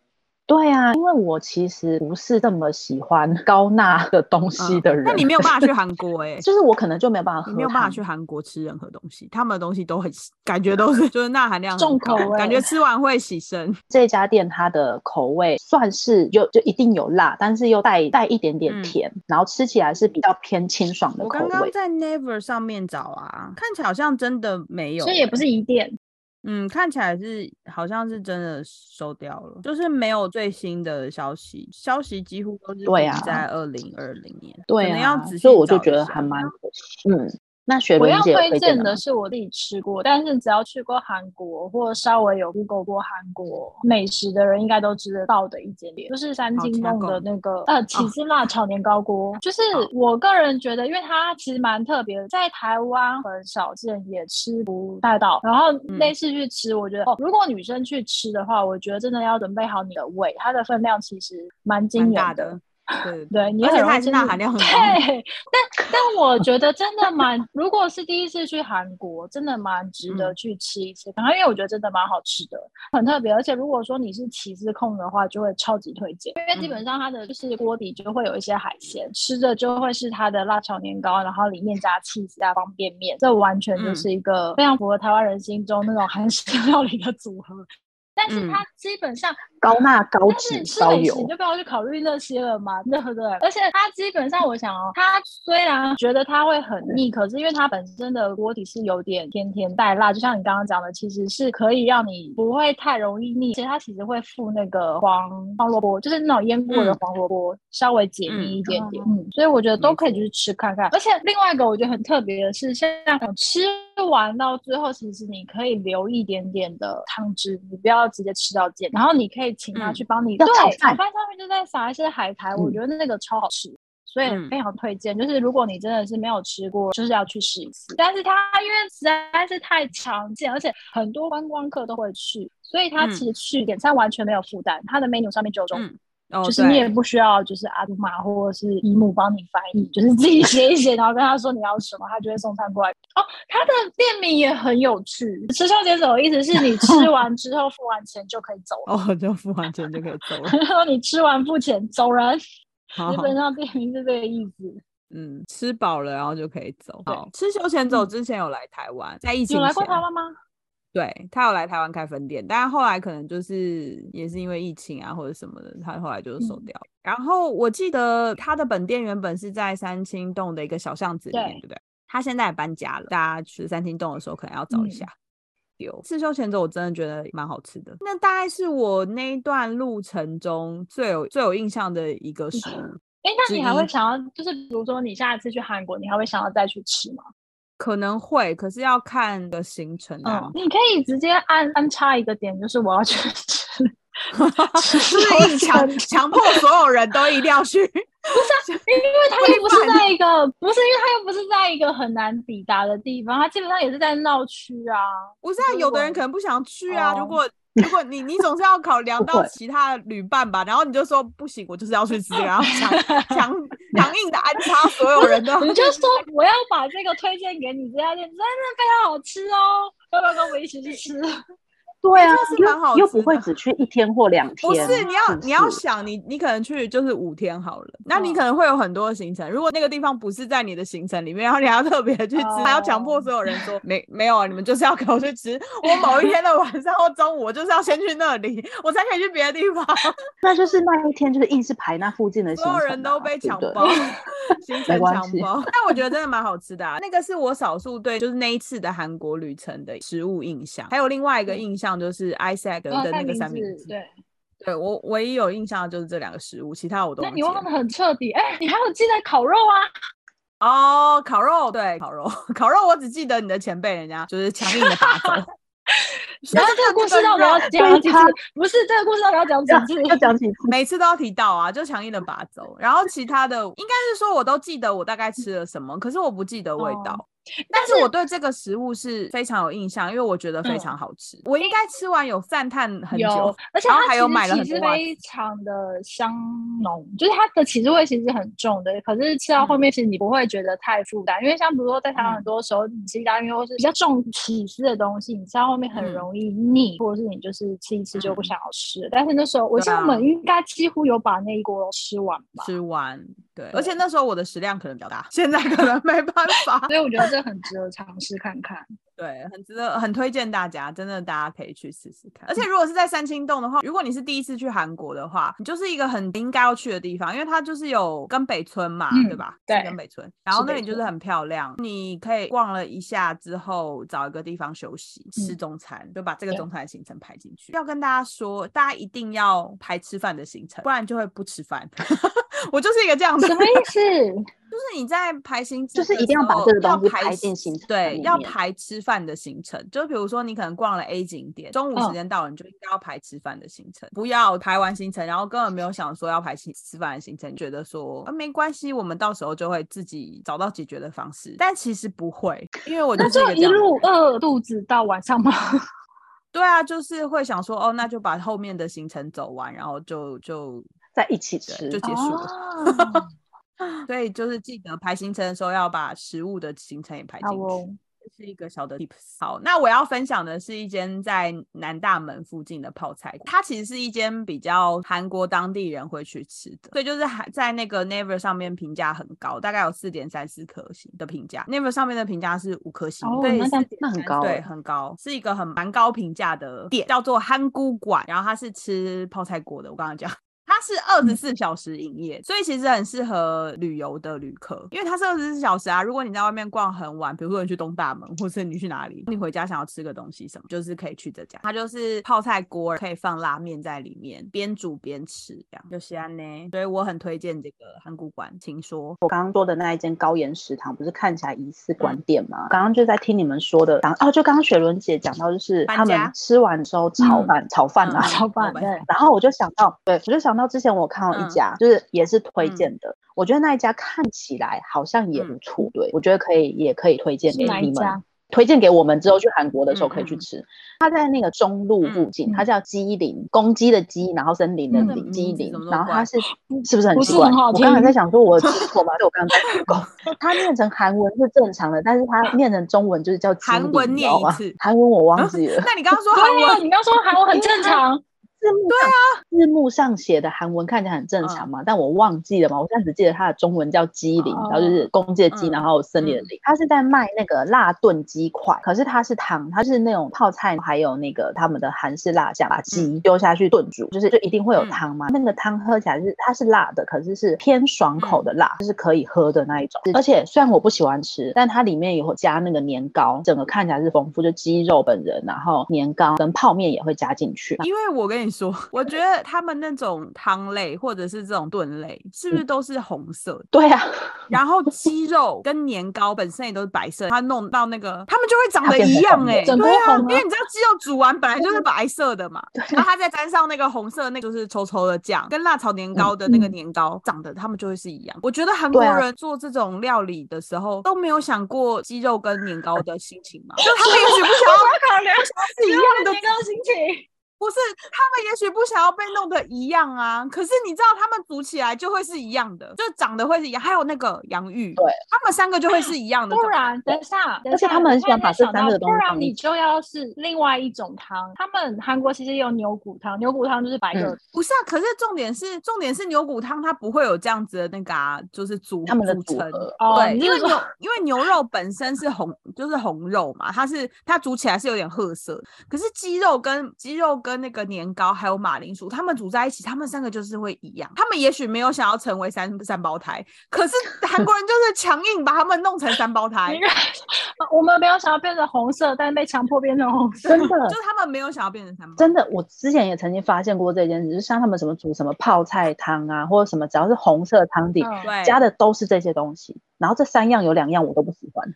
B: 对啊，因为我其实不是这么喜欢 高钠的东西的人。
A: 嗯那、你没有办法 去韩国哎、
B: 就是我可能就没有办法喝，
A: 你没有办法去。韩国吃任何东西，他们的东西都很感 觉都是就是钠含量很
C: 重
A: 高
C: 口味
A: 感觉吃完会洗身。
B: 这家店它的口味算是就就一定有辣，但是又带带一点点
A: 嗯
B: 甜，然后吃起来是比较偏清爽的
A: 我
B: 口
A: 刚刚
B: 味。
A: 在 Never 上面找啊，看起来好像真的没有欸、
C: 所以也不是一店。
A: 嗯，看起来是好像是真的收掉了，就是没有最新的消息，消息几乎都是
B: 对
A: 定
B: 啊
A: 在二零二零年，
B: 对
A: 可能
B: 啊，
A: 要仔细
B: 所以我就
A: 找一
B: 觉得
A: 下
B: 还蛮可惜。嗯，那雪
C: 我
B: 伦
C: 要
B: 姐有
C: 推
B: 荐
C: 荐
B: 的吗
C: 的是我自己吃过，但是只要去过韩国或稍微有 Google 过韩国美食的人，应该都知得到的一间店，就是三
A: 好哦
C: 金
A: 请他
C: 弄
A: 跟我
C: 的
A: 们
C: 那个呃起司辣炒年糕锅。就是我个人觉得，因为它其实蛮特别的，在台湾很少见，也吃不太到。然后
A: 嗯
C: 那次去吃，我觉得、哦，如果女生去吃的话，我觉得真的要准备好你的胃，它的分量其实蛮惊
A: 蛮
C: 人
A: 大的，对
C: 对，你
A: 而
C: 很
A: 且
C: 容
A: 它
C: 易
A: 也是
C: 就
A: 钠含量 很高。
C: 对，但但我觉得真的蛮，如果是第一次去韩国，真的蛮值
A: 嗯
C: 得去吃一次，然后因为我觉得真的蛮好吃的，很特别。而且如果说你是起司控的话，就会超级推荐，因为基
A: 嗯
C: 本上它的就是锅底就会有一些海鲜，吃的就会是它的辣炒年糕，然后里面加 cheese 加方便面，这完全就
A: 嗯
C: 是一个非常符合台湾人心中那种韩式料理的组合。但是
A: 嗯
C: 它基本上
B: 高钠、高
C: 但是
B: 脂
C: 你、吃
B: 高
C: 美食
B: 油
C: 你就。不要去考虑那些了嘛，对不对？而且它基本上，我想哦，它虽然觉得它会很腻，可是因为它本身的锅底是有点甜甜带辣，就像你刚刚讲的，其实是可以让你不会太容易腻。而且它其实会附那个黄黄萝卜，就是那种腌过的
A: 嗯
C: 黄萝卜，稍微解
A: 嗯
C: 腻一点点。嗯，所以我觉得都可以去吃看看。而且另外一个我觉得很特别的是，像吃完到最后，其实你可以留一点点的汤汁，你不要直接吃到见，然后你可以请他
A: 嗯
C: 去帮你、
B: 要
C: 对
B: 炒
C: 炒
B: 饭
C: 饭上面就在撒一些海苔，我
B: 嗯
C: 觉得那个超好吃。所以
A: 嗯
C: 非常推荐，就是如果你真的是没有吃过，就是要去试一次。但是它因为实在是太常见，而且很多观光客都会去，所以它
A: 嗯
C: 其实去点餐完全没有负担，它的 menu 上面就有中文。
A: 嗯哦，
C: 就是你
A: 对
C: 也不需要，就是阿杜玛或者是姨母帮你翻译，就是自己写一写，然后跟他说你要什么，他就会送餐过来。哦，他的店名也很有趣，吃宵节走的意思是 你吃完之后付完钱就可以走了，
A: 哦， 就付完钱就可以走了。
C: 然后你吃完付钱走人，
A: 好
C: 基
A: 好
C: 本上店名是这个意思。
A: 嗯，吃饱了然后就可以走。
C: 对
A: 好，吃休闲走之前有来台湾，在疫情
C: 有来过
A: 前
C: 台湾吗？
A: 对他有来台湾开分店，但后来可能就是也是因为疫情啊或者什么的，他后来就收
C: 嗯
A: 掉了。然后我记得他的本店原本是在三清洞的一个小巷子里面，
C: 对
A: 对不对？他现在也搬家了，大家去三清洞的时候可能要找一
C: 嗯
A: 下。有刺绣前者我真的觉得蛮好吃的，那大概是我那一段路程中最有最有印象的一个食物。
C: 哎，那你
A: 之
C: 还会
A: 一
C: 想要，就是比如说你下一次去韩国，你还会想要再去吃吗？
A: 可能会，可是要看的行程啊的安
C: 嗯，你可以直接安安插一个点，就是我要去吃。
A: 就是硬强强迫所有人都一定要去。
C: 因为它又不
A: 规
C: 是
A: 范
C: 在一个，不是因为它又不是在一个很难抵达的地方，它基本上也是在闹区啊。
A: 不是
C: 如
A: 啊，有的人
C: 果
A: 可能不想去啊。如
C: 哦
A: 果如果你你总是要 考量
B: 不
A: 到
B: 会
A: 其他的旅伴吧，然后你就说不行，我就是要去吃这个，然 后强强强硬的安插所有人的。
C: 你就 说我要把这个推荐给你，这家店真的非常好吃哦，要不要跟我们一起去吃？
B: 对啊
A: 这是蛮好，
B: 又又
A: 吃
B: 不会
A: 的
B: 只去一天或两天。
A: 不是，你要
B: 不
A: 你要
B: 是
A: 想，你你可能去就是五天好了，那你
C: 嗯
A: 可能会有很多的行程。如果那个地方不是在你的行程里面，然后你还要特别去吃，还要强迫
C: 哦
A: 所有人说没没有啊，你们就是要给我去吃。我某一天的晚上或中午，我就是要先去那里，我才可以去别的地方。
B: 那就是那一天就是硬是排那附近的行
A: 所
B: 程啊、
A: 有人都被
B: 对
A: 抢
B: 不 对
A: 包，行程
B: 关
A: 抢
B: 系
A: 包。 但我觉得真的蛮好吃的、啊，那个是我少数对就是那一次的韩国旅程的食物印象。还有另外一个
C: 嗯
A: 印象就是 Isaac
C: 然后
A: 的那个三明
C: 治，
A: 治。
C: 对，
A: 对我唯一有印象的就是这两个食物，其他我都
C: 那
A: 忘
C: 你
A: 记
C: 忘的
A: 了
C: 很彻底。哎、你还有记得烤肉 啊？
A: 哦，烤肉对烤肉， 烤肉我只记得你的前辈人家就是强硬的打走。
C: 然后这个故 事到底要讲几次？不是这个故事到底要讲几次？
B: 要要讲几次？
A: 每次都要提到啊，就强硬的拔走，然后其他的应该是说我都记得我大概吃了什么，可是我不记得味
C: 哦
A: 道。但是我对这个食物是非常有印象，因为我觉得非常好吃。我应该吃完有赞叹很久，
C: 而且
A: 然后还有买了很
C: 其实
A: 多袜子。
C: 非常的香浓，就是它的起司味其实很重的，可是吃到
A: 嗯
C: 后面其实你不会觉得太负担，因为像比如说在台湾很多时候你吃意大利面或是比较重起司的东西，你吃到后面很
A: 嗯
C: 容易腻，或者是你就是吃一次就不想要吃。但是那时候我
A: 对啊
C: 像我们应该几乎有把那一锅吃完吧，
A: 吃完，对，
C: 对
A: 而且那时候我的食量可能比较大，现在可能没办法。
C: 所以我觉得这很值得尝试 看看。
A: 对，很值得，很推荐大家，真的大家可以去试试看。而
C: 嗯
A: 且如果是在三清洞的话，如果你是第一次去韩国的话，你就是一个很应该要去的地方，因为它就是有根北村嘛，
C: 嗯
A: 对吧？
C: 对
A: 是根北村，然后
C: 是
A: 那
C: 北
A: 里就是
C: 村
A: 很漂亮，你可以逛了一下之后，找一个地方休息，吃
C: 嗯
A: 中餐，就把这个
C: 对
A: 中餐的行程排进去。要跟大家说，大家一定要排吃饭的行程，不然就会不吃饭。 我就是一个这 样的
C: 什
A: 人
C: 么意思？
A: 就是你在排行程
B: 就
A: 的时
B: 是
A: 候，
B: 一定要把这个东西
A: 要排
B: 排进行程
A: 对
B: 里，
A: 要
B: 面
A: 排吃饭的行程。就比如说，你可能逛了 A 景点，中
B: 嗯
A: 午时间到了，你就应该要排吃饭的行程，不要排完行程，然后根本没有想说要排吃吃饭的行程，觉得说、啊、没关系，我们到时候就会自己找到解决的方式。但其实不会，因 为我就
C: 那
A: 是
C: 就
A: 个这
C: 一
A: 样的人
C: 路饿肚子到晚上吗？
A: 对啊，就是会想说，哦，那就把后面的行程走完，然后就就
B: 在一起
A: 对
B: 吃
A: 就。结束了。
C: 哦
A: 所以就是记得排行程的时候，要把食物的行程也 排进
C: 好
A: 去。
C: 哦，
A: 是一个小的 tips。好，那我要分享的是一间在南大门附近的泡菜馆，它其实是一间比较韩国当地人会去吃的，所以就是还在那个 Never 上面评价很高，大概有四点三四颗星的评价，Never 上面的评价是五颗星，
C: 哦
A: 对，
B: 那这样
A: 4.3
B: 那很高
A: 对，
B: 欸
A: 很高，是一个很蛮高评价的店，叫做憨菇馆，然后它是吃泡菜锅的，我刚刚讲。 它是二十四小时营业，所以其实很适合旅游的旅客，因为它是二十四小时啊。如果你在外面逛很晚，比如说你去东大门，或是你去哪里，你回家想要吃个东西什么，就是可以去这家。它就是泡菜锅，可以放拉面在里面，边煮边吃，这样就是安呢。所以我很推荐这个韩古馆，请说。
B: 我刚刚说的那一间高盐食堂，不是看起来疑似关店吗？刚刚就在听你们说的，然后哦，就刚刚雪伦姐讲到，就是
A: 搬
B: 他们
A: 家
B: 吃完之后炒饭，炒饭啊，
A: 嗯
C: 超棒
A: 老
C: 的
A: 板。
B: 然后我就想到，对我就想到之前我看到一家，就是也是推荐的，我觉得那一家看起来好像也不错，对我觉得可以，也可以推荐给
C: 是哪一
B: 你们
C: 家。
B: 推荐给我们之后去韩国的时
A: 嗯
B: 候可以去
A: 嗯
B: 吃，它在那个中路附近，
C: 嗯
B: 它叫鸡林，公鸡的鸡，然后森林的
C: 嗯
B: 林，
A: 嗯
B: 鸡
A: 嗯
B: 林
A: 怎么，那么
B: 然后它
A: 怪
B: 是是不是很
C: 不
B: 奇
C: 是
B: 怪？
C: 很好
B: 我刚才
C: 听
B: 在想说我有记错吗？所以我刚刚在 Google，它 念成韩文是正常的，但是它念成中文就是叫鸡
A: 韩
B: 林
A: 文
B: 你知
A: 念
B: 道
A: 一
B: 吗
A: 次
B: 韩文我忘记了。
A: 那你刚 刚说韩
C: 对
A: 文
C: 啊，你刚说韩文很正 常，
B: 字幕对啊，字幕上写的韩文看起来很正
A: 嗯
B: 常嘛，但我忘记了嘛，我现在只记得它的中文叫鸡林，
C: 哦
B: 然后就是公鸡的鸡，
A: 嗯
B: 然后森林的林。它是在卖那个辣炖鸡块，可是它是汤，它是那种泡菜，还有那个他们的韩式辣酱，把
A: 嗯
B: 鸡丢下去炖煮，就是就一定会有汤嘛。那个汤喝起来是它是辣的，可是是偏爽口
A: 嗯
B: 的辣，就是可以喝的那一种。而且虽然我不喜欢吃，但它里面有加那个年糕，整个看起来是丰富，就鸡肉本人，然后年糕跟泡面也会加进去。
A: 因为我跟你说，我觉得他们那种汤类或者是这种炖类，是不是都是红色的？
B: 对啊。
A: 然后鸡肉跟年糕本身也都是白色，它弄到那个，它们就会长
B: 它
A: 得
B: 变
A: 一
B: 成
A: 样
B: 红的
A: 哎、欸，
C: 整
A: 对
C: 锅
A: 啊，
C: 红
A: 因
C: 啊
A: 为你知道鸡肉煮完本来就是白色的嘛，然后它再沾上那个红色那就是稠稠的酱，跟辣炒年糕的那个
C: 嗯
A: 年糕长得，它们就会是一样。我觉得韩国
B: 对啊
A: 人做这种料理的时候都没有想过鸡肉跟年糕的心情嘛，就他们也许不想要
C: 考量
A: 是
B: 啊
A: 一样的
C: 年糕心情。
A: 不是，他们也许不想要被弄得一样啊，可是你知道他们煮起来就会是一样的，就长得会是一样，还有那个洋芋，
B: 对，
A: 他们三个就会是一样的
C: 不
A: 长得。
C: 然，等一下，等一
B: 啊而且
C: 下
B: 他们很
C: 我
B: 喜
C: 突然
B: 欢把
C: 间
B: 这
C: 想
B: 三个
C: 到
B: 东西
C: 不然
B: 放
C: 你
B: 进
C: 就要是另外一种汤。他们韩国其实也有牛骨汤，牛骨汤就是白的
B: 嗯，
A: 不是啊，可是重点是，重点是牛骨汤它不会有这样子的那个啊，就是组
B: 他们的
A: 组
B: 组
A: 成。
B: 合。
C: 哦
A: 对，因
C: 你是
A: 为
C: 说
A: 牛因为牛肉本身是红，就是红肉嘛，它是它煮起来是有点褐色，可是鸡肉跟鸡肉跟那个年糕还有马铃薯，它们煮在一起，它们三个就是会一样。他们也许没有想要成为三三胞胎，可是韩国人就是强硬把他们弄成三胞胎
C: 应，该哦我们没有想要变成红色，但被强迫变成红色。
B: 真的，
A: 就是他们没有想要变成三胞胎。
B: 真的，我之前也曾经发现过这件事，就是像他们什么煮什么泡菜汤啊，或者什么只要是红色汤底，
C: 嗯
A: 哦对，
B: 加的都是这些东西。然后这三样有两样我都不喜欢，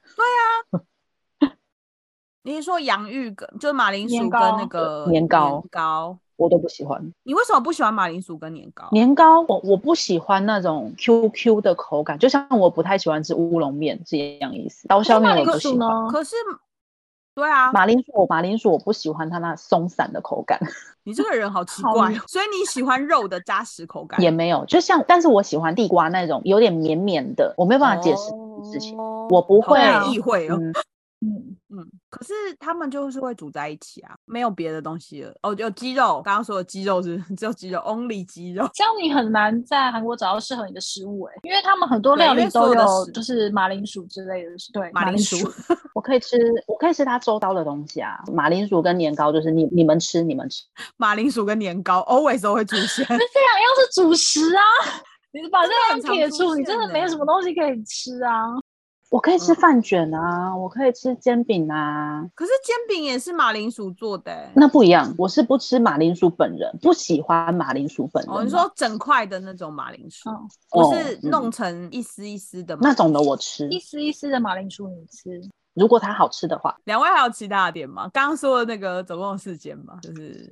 A: 你是说洋芋跟就是马铃薯
C: 年
A: 跟那
C: 糕
A: 个
B: 年糕
A: 糕，
B: 我我都不喜欢。
A: 你为什么不喜欢马铃薯跟年糕？
B: 年糕我我不喜欢那种 QQ 的口感，就像我不太喜欢吃乌龙面这样意思。刀削面我不喜欢，
A: 可是。对啊，
B: 马铃薯，马铃薯我不喜欢它那松散的口感。
A: 你这个人好奇怪、哦，所以你喜欢肉的扎实口感？
B: 也没有，就像，但是我喜欢地瓜那种有点绵绵的，我没有办法解释事情，哦、我不会
A: 意会哦。嗯嗯嗯，可是他们就是会煮在一起啊，没有别的东西了。哦，有鸡肉，刚刚说的鸡肉是 只有鸡肉，only 鸡肉。
C: 这样你很难在韩国找到适合你的食物哎、欸，因为他们很多料理都有，就是马铃薯之类的。对，
A: 马
C: 铃薯，
B: 我可以吃，我可以吃它周到的东西啊。马铃薯跟年糕就是你你们吃你们吃，
A: 马铃薯跟年糕 always 都会出现。那这两
C: 样是主食啊， 你把这两撇除，你真的没什么东西可以吃啊。
B: 我可以吃饭卷啊、嗯，我可以吃煎饼啊。
A: 可是煎饼也是马铃薯做的、欸，
B: 那不一样。我是不吃马铃薯本人，不喜欢马铃薯本人。啊嗯
A: 哦，你说整块的那种马铃薯，
C: 嗯
A: 哦、我是弄成一丝一丝的、嗯、
B: 那种的，我吃
C: 一丝一丝的马铃薯，你吃。
B: 如果它好吃的话。
A: 两位还有其他的点吗？刚刚说的那个总共四间嘛，就是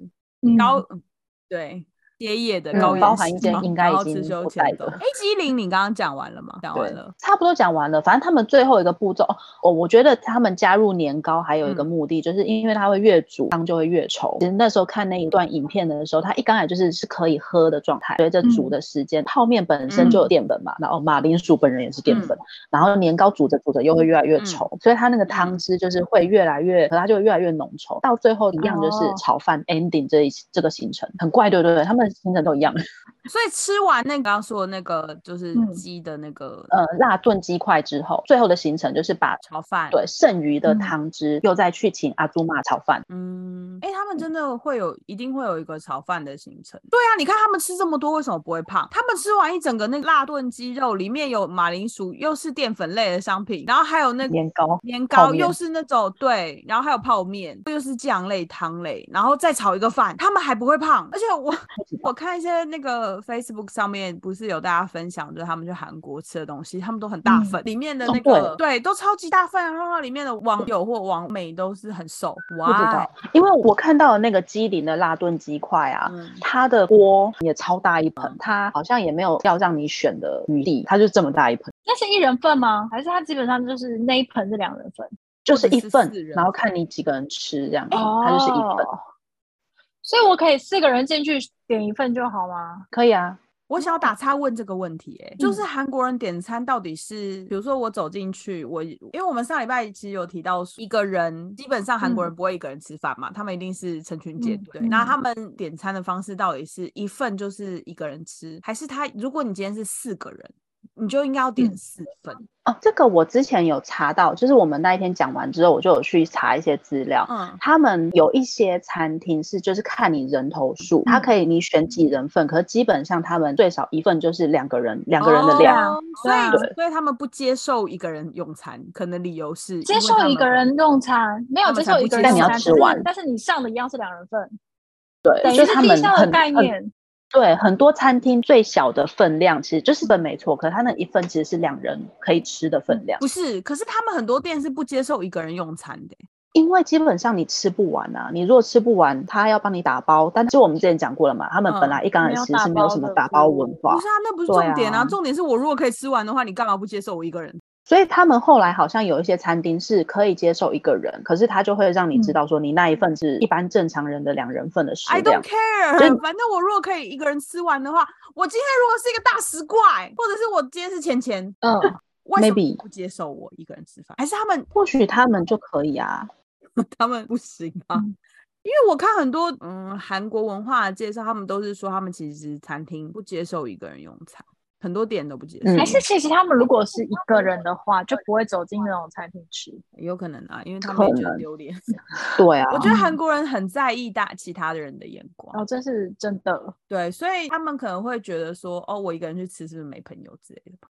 A: 高、嗯、对。歇业的高、嗯、
B: 包含一间应该已经
A: 不在了。哎，机灵，你刚刚讲完了吗？讲完了，
B: 差不多讲完了。反正他们最后一个步骤，哦，我觉得他们加入年糕还有一个目的，嗯、就是因为它会越煮汤就会越稠。其实那时候看那一段影片的时候，它一刚才就是是可以喝的状态。随着煮的时间、嗯，嗯泡面本身就有淀粉嘛，然后马铃薯本人也是淀粉，然后年糕煮着煮着又会越来越稠，所以它那个汤汁就是会越来越，可它就越来越浓稠。到最后一样就是炒饭 ending 这一、哦、这个行程很怪，对不对？他们。行程都一样，
A: 所以吃完那个刚说那个就是鸡的那个、
B: 嗯、呃辣炖鸡块之后，最后的行程就是把
A: 炒饭
B: 对剩余的汤汁、嗯、又再去请阿朱妈炒饭。
A: 嗯，哎、欸，他们真的会有一定会有一个炒饭的行程。对啊，你看他们吃这么多，为什么不会胖？他们吃完一整个那个辣炖鸡肉，里面有马铃薯，又是淀粉类的商品，然后还有那个
B: 年糕，
A: 年糕又是那种对，然后还有泡面，又是酱类汤类，然后再炒一个饭，他们还不会胖。而且我。我看一些那个 Facebook 上面不是有大家分享，就是他们去韩国吃的东西，他们都很大份，嗯、里面的那个、哦、对都超级大份，然后里面的网友或网美都是很瘦。
B: 哇，不知道，因为我看到那个鸡林的辣炖鸡块啊、嗯，它的锅也超大一盆，它好像也没有要让你选的余地，它就这么大一盆。
C: 那是一人份吗？还是它基本上就是那一盆是两人份？
B: 就是一份，然后看你几个人吃这样子，哦、它就是一份。
C: 所以我可以四个人进去点一份就好吗？
B: 可以啊。
A: 我想要打岔问这个问题、欸，哎、嗯，就是韩国人点餐到底是，比如说我走进去，我因为我们上礼拜其实有提到，一个人基本上韩国人不会一个人吃饭嘛、嗯，他们一定是成群结队、嗯。那他们点餐的方式到底是一份就是一个人吃，还是他如果你今天是四个人？你就应该要点四份、
B: 嗯、哦。这个我之前有查到，就是我们那一天讲完之后，我就有去查一些资料。嗯，他们有一些餐厅是就是看你人头数，它、嗯、可以你选几人份，可是基本上他们最少一份就是两个人两个人的量，
A: 哦、所以所以他们不接受一个人用餐，可能理由是
C: 接受一个人用餐没有接受一个人，
B: 但你要吃完，
C: 但是你上的一样是两人份，
B: 对，
C: 等于是地上的概念。
B: 对，很多餐厅最小的份量其实就是份没错，可它那一份其实是两人可以吃的分量。
A: 不是，可是他们很多店是不接受一个人用餐的、欸，
B: 因为基本上你吃不完啊。你如果吃不完，他要帮你打包。但就我们之前讲过了嘛，他们本来一刚开始是没有什么打包文化。
A: 不是啊，那不是重点啊，啊重点是我如果可以吃完的话，你干嘛不接受我一个人？
B: 所以他们后来好像有一些餐厅是可以接受一个人，可是他就会让你知道说你那一份是一般正常人的两人份的食
A: 量。I don't care，反正我如果可以一个人吃完的话，我今天如果是一个大食怪，或者是我今天是钱钱，嗯、
B: uh,，maybe
A: 不接受我一个人吃饭，还是他们
B: 或许他们就可以啊，
A: 他们不行啊。嗯 因为我看很多嗯韩国文化的介绍，他们都是说他们其实餐厅不接受一个人用餐。很多点都不接受、嗯，
C: 还是其实他们如果是一个人的话，就不会走进那种餐厅吃，
A: 有可能啊，因为他们觉得丢脸。
B: 对啊，
A: 我觉得韩国人很在意大其他的人的眼光，
C: 哦，这是真的。
A: 对，所以他们可能会觉得说，哦，我一个人去吃是不是没朋友之类的。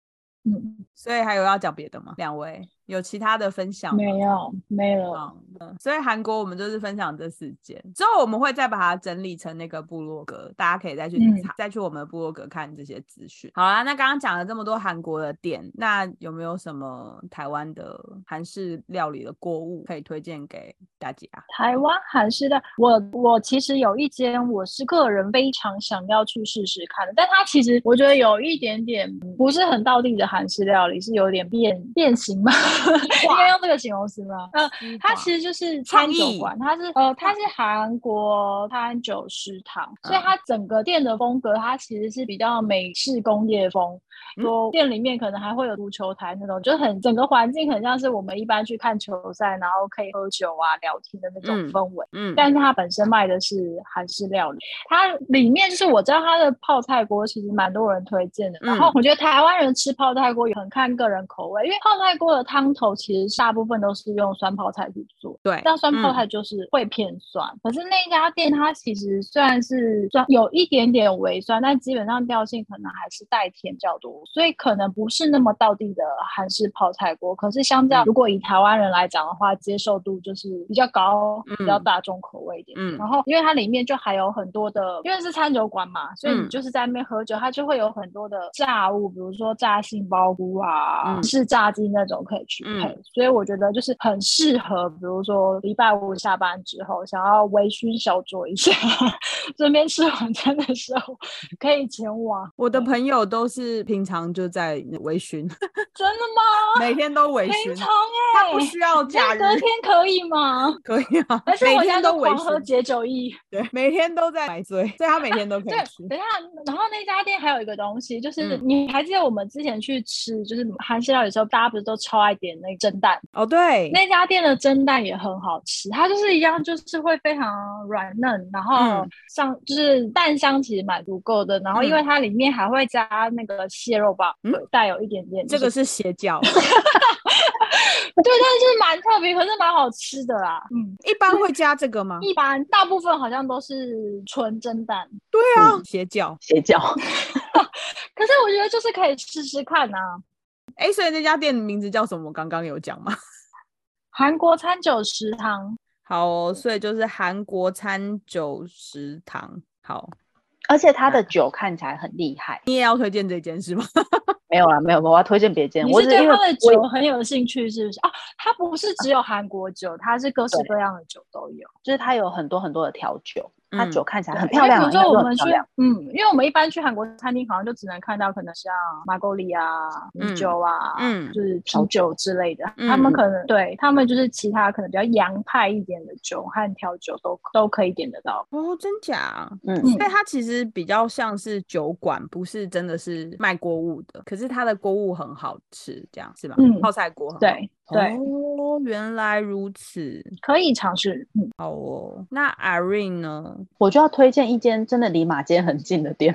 A: 嗯，所以还有要讲别的吗？两位有其他的分享
C: 没有？没有。嗯、的。
A: 嗯所以韩国我们就是分享这四间，之后我们会再把它整理成那个部落格，大家可以再去
C: 嗯
A: 查，再去我们的部落格看这些资讯。好啦，那刚刚讲了这么多韩国的店，那有没有什么台湾的韩式料理的锅物可以推荐给大家？
C: 台湾韩式的，我我其实有一间我是个人非常想要去试试看的，但它其实我觉得有一点点不是很道地的韩式料理，是有点变变形吧， 应该用这个形容词吗？呃，它其实就是
A: 创
C: 餐酒
A: 意哦
C: 馆，它是呃，它是韩国餐酒食堂，所
A: 嗯
C: 以它整个店的风格，它其实是比较美式工业风。
A: 嗯
C: 说店里面可能还会有足球台那种，就是很整个环境很像是我们一般去看球赛，然后可以喝酒啊、聊天的那种
A: 嗯
C: 氛围。
A: 嗯，
C: 但是它本身卖的是韩式料理，它里面就是我知道它的泡菜锅其实蛮多人推荐的，然后
A: 嗯
C: 我觉得台湾人吃泡菜锅也很看个人口味，因为泡菜锅的汤头其实大部分都是用酸泡菜去做。
A: 对，
C: 但酸泡
A: 嗯
C: 菜就是会偏酸，可是那一家店它其实虽然是酸有一点点微酸，但基本上调性可能还是带甜比较多，所以可能不是那么道地的韩式泡菜锅。可是相较
A: 嗯
C: 如果以台湾人来讲的话，接受度就是比较高，比较
A: 嗯
C: 大众口味一点。
A: 嗯
C: 然后因为它里面就还有很多的，因为是餐酒馆嘛，所以你
A: 嗯
C: 就是在那边喝酒，它就会有很多的炸物，比如说炸杏鲍菇啊、
A: 嗯
C: 是炸鸡那种可以去配，所以我觉得就是很适合，比如说礼拜五下班之后想要微醺小酌一下， 这边吃晚餐的时候可以前往。
A: 我的朋友都是平常就在微醺，
C: 真的 吗？
A: 每天都微
C: 平
A: 醺
C: 常，
A: 他不
C: 哎、
A: 需要假
C: 那
A: 日
C: 隔，天可以吗？
A: 可以啊，
C: 而且
A: 每
C: 我现在
A: 天都
C: 都
A: 微
C: 狂喝
A: 醺，
C: 解酒液。
A: 对，每天都在买醉，所以他每天都可以吃
C: 对，。等一下，然后那家店还有一个东西，就是
A: 嗯
C: 你还记得我们之前去吃，就是韩式料理的时候，大家不是都超爱点那个蒸蛋？
A: 哦，对，
C: 那家店的蒸蛋也很好吃，它就是一样，就是会非常软嫩，然后
A: 嗯
C: 上、就是蛋香其实蛮足够的，然后因为它里面还会加那个蟹肉棒，
A: 嗯
C: 对带有一点点、
A: 这
C: 就
A: 个
C: 是
A: 是邪 教，
C: 对，但是就是蛮特别，可是蛮好吃的啦。嗯，
A: 一般会加这个吗？
C: 一般大部分好像都是纯蒸蛋，
A: 对啊，
B: 嗯
A: 邪教。
B: 邪教。
C: 可是我觉得就是可以试试看呐、啊。
A: 哎，所以那家店的名字叫什么？我刚刚有讲吗？
C: 韩国餐酒食堂
A: 好哦，所以就是韩国餐酒食堂。好，
B: 而且它的酒看起来很厉害，
A: 你也要推荐这件 事吗？
B: 没有啊啦，没有，我要推荐别间。
C: 你
B: 我
C: 是
B: 只
C: 对
B: 因为
C: 它的
B: 我
C: 酒很有兴趣，是不是？啊，它不是只有韩国酒，它是各式
B: 对
C: 各样的酒都有。
B: 就是它有很多很多的调酒，它
A: 嗯
B: 酒看起来
C: 对哎
B: 很
C: 因
B: 漂
C: 为
B: 亮啊，
C: 比如说
B: 应该
C: 我
B: 说
C: 们
B: 很
C: 去
B: 漂亮，，
C: 嗯，因为我们一般去韩国餐厅，好像就只能看到可能像马沟里啊、米
A: 嗯
C: 酒啊，
A: 嗯
C: 就是啤酒之类的。
A: 嗯
C: 他们可能对他们就是其他可能比较洋派一点的酒和调酒都都可以点得到。
A: 哦，真假？
B: 嗯，
C: 嗯
A: 所以它其实比较像是酒馆，不是真的是卖锅物的，可是它的锅物很好吃，这样是吧？
C: 嗯
A: 泡菜锅很好
C: 对对，
A: 哦，原来如此。
C: 可以尝试。嗯，
A: 好哦，那 Irene 呢？
B: 我就要推荐一间真的离马街很近的 店，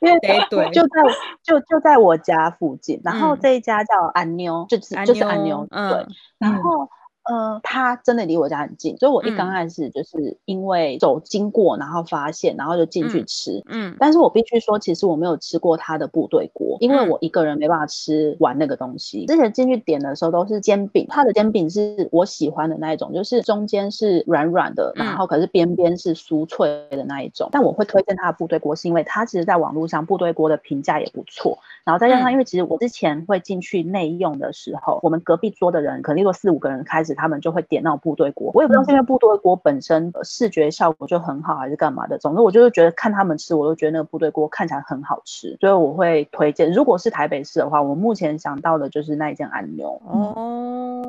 B: 因为
A: 对对，
B: 就在就就在我家附近，然后
A: 嗯
B: 这一家叫安妞，就是就是安妞，对
A: 嗯，
B: 然
C: 嗯
B: 后。呃，它真的离我家很近，所以我一刚
A: 嗯
B: 开始就是因为走经过，然后发现，然后就进去
A: 嗯
B: 吃。
A: 嗯
B: 但是我必须说，其实我没有吃过它的部队锅，因为
A: 嗯
B: 我一个人没办法吃完那个东西。之前进去点的时候都是煎饼，它的煎饼是我喜欢的那一种，就是中间是软软的，
A: 嗯
B: 然后可是边边是酥脆的那一种。但我会推荐它的部队锅，是因为它其实在网络上部队锅的评价也不错，然后再加上
A: 嗯
B: 因为其实我之前会进去内用的时候，我们隔壁桌的人可能例如四五个人开始，他们就会点那种部队锅。我也不知道
C: 嗯
B: 是因为部队锅本身呃视觉效果就很好，还是干嘛的。总之，我就是觉得看他们吃，我都觉得那个部队锅看起来很好吃，所以我会推荐。如果是台北市的话，我目前想到的就是那一间安牛。
A: 哦，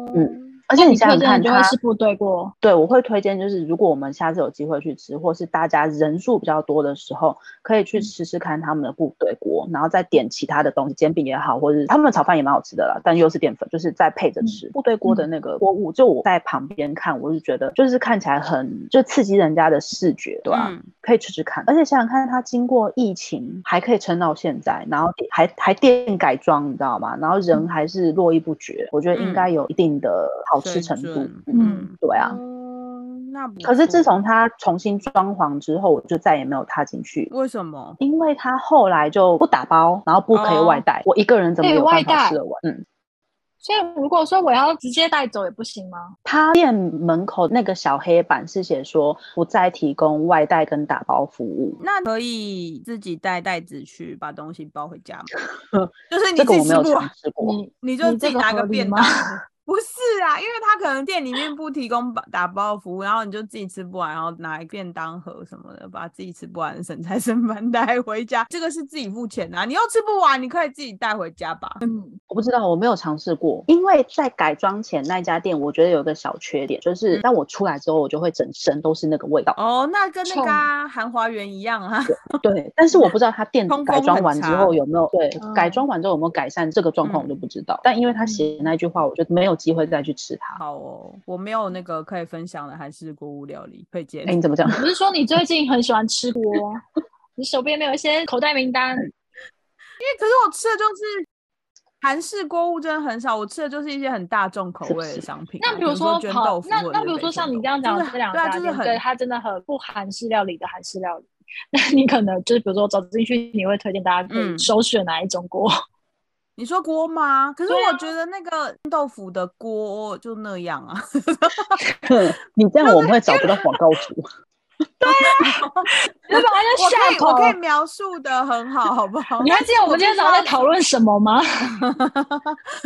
B: 而且
C: 你
B: 你想想
C: 推荐
B: 看
C: 就
B: 它，
C: 会是部队锅。
B: 对，我会推荐，就是如果我们下次有机会去吃，或是大家人数比较多的时候，可以
A: 嗯
B: 去吃吃看他们的部队锅，然后再点其他的东西，煎饼也好，或者是他们的炒饭也蛮好吃的啦，但又是淀粉，就是再配
A: 嗯
B: 着吃。部队锅的那个锅物，就我在旁边看，我是觉得就是看起来很就刺激人家的视觉，对吧、啊
A: 嗯
B: 可以吃吃看，而且想想看，它经过疫情还可以撑到现在，然后还还店改装，你知道吗？然后
A: 嗯
B: 人还是络绎不绝，我觉得应该有一定的好吃
A: 水
B: 程度
A: 准。
B: 嗯，
A: 嗯，
B: 对啊。
A: 哦，那不
B: 可是自
A: 错
B: 从他重新装潢之后，我就再也没有踏进去，
A: 为什么？
B: 因为他后来就不打包，然后不可以
A: 哦
B: 外带，我一个人怎么
C: 可以
B: 有办
C: 外带
B: 法吃得完？嗯，
C: 所以如果说我要直接带走也不行吗？
B: 他店门口那个小黑板是写说不再提供外带跟打包服务。
A: 那可以自己带袋子去把东西包回家吗？ 就是你
B: 这个
A: 自
B: 我
A: 己嗯吃不
B: 没有尝
A: 完，
B: 试过。
C: 你
A: 你就自
C: 你这
A: 己
C: 个
A: 拿
C: 合
A: 个
C: 理
A: 便
C: 吗
A: 当。 不是啊，因为他可能店里面不提供打包服务，然后你就自己吃不完，然后拿一便当盒什么的，把自己吃不完的剩菜 剩饭带回家。这个是自己付钱的、啊，你又吃不完，你可以自己带回家吧。
C: 嗯，
B: 我不知道，我没有尝试过，因为在改装前那家店，我觉得有一个小缺点，就是
A: 嗯
B: 当我出来之后，我就会整身都是那个味道。
A: 哦，那跟那
C: 冲
A: 个啊韩华园一样啊。
B: 对，但是我不知道他店
A: 通风
B: 改装
A: 很
B: 完之
A: 差
B: 后有没有对、
C: 嗯
B: 改装完之后有没有改善这个状况，我就不知道。但因为他写的那句话，我就没有机会再去吃它。
A: 好哦，我没有那个可以分享的韩式锅物料理推荐。
B: 哎、你怎么讲？
C: 不是说你最近很喜欢吃锅， 你手边没有一些口袋名单？
A: 可是我吃的就是韩式锅物，真的很少。我吃的就是一些很大众口
B: 是不
A: 味的
B: 是
A: 商品啊、
C: 那比如
A: 说
C: 说
A: 卷
C: 好
A: 豆，腐
C: 那
A: 或者
C: 那
A: 是
C: 比如
A: 北
C: 说
A: 京
C: 像
A: 豆
C: 你刚刚讲
A: 腐就是
C: 的这两
A: 对啊，
C: 家
A: 就是
C: 店，对
A: 很
C: 它真的很不韩式料理的韩式料理。那你可能就是比如说走进去，你会推荐大家可以
A: 嗯
C: 首选哪一 种锅？
A: 你说锅吗？可是
C: 对啊
A: 我觉得那个豆腐的锅就那样啊，
B: 你这样我们会找不到广告主。
A: 我可
C: 你把它
A: 以
C: 下头
A: 我。可以描述的很好，好不好？
C: 你还
A: 但
C: 记
A: 是
C: 得我们今天
A: 必须
C: 早上在
A: 要
C: 讨论什么吗？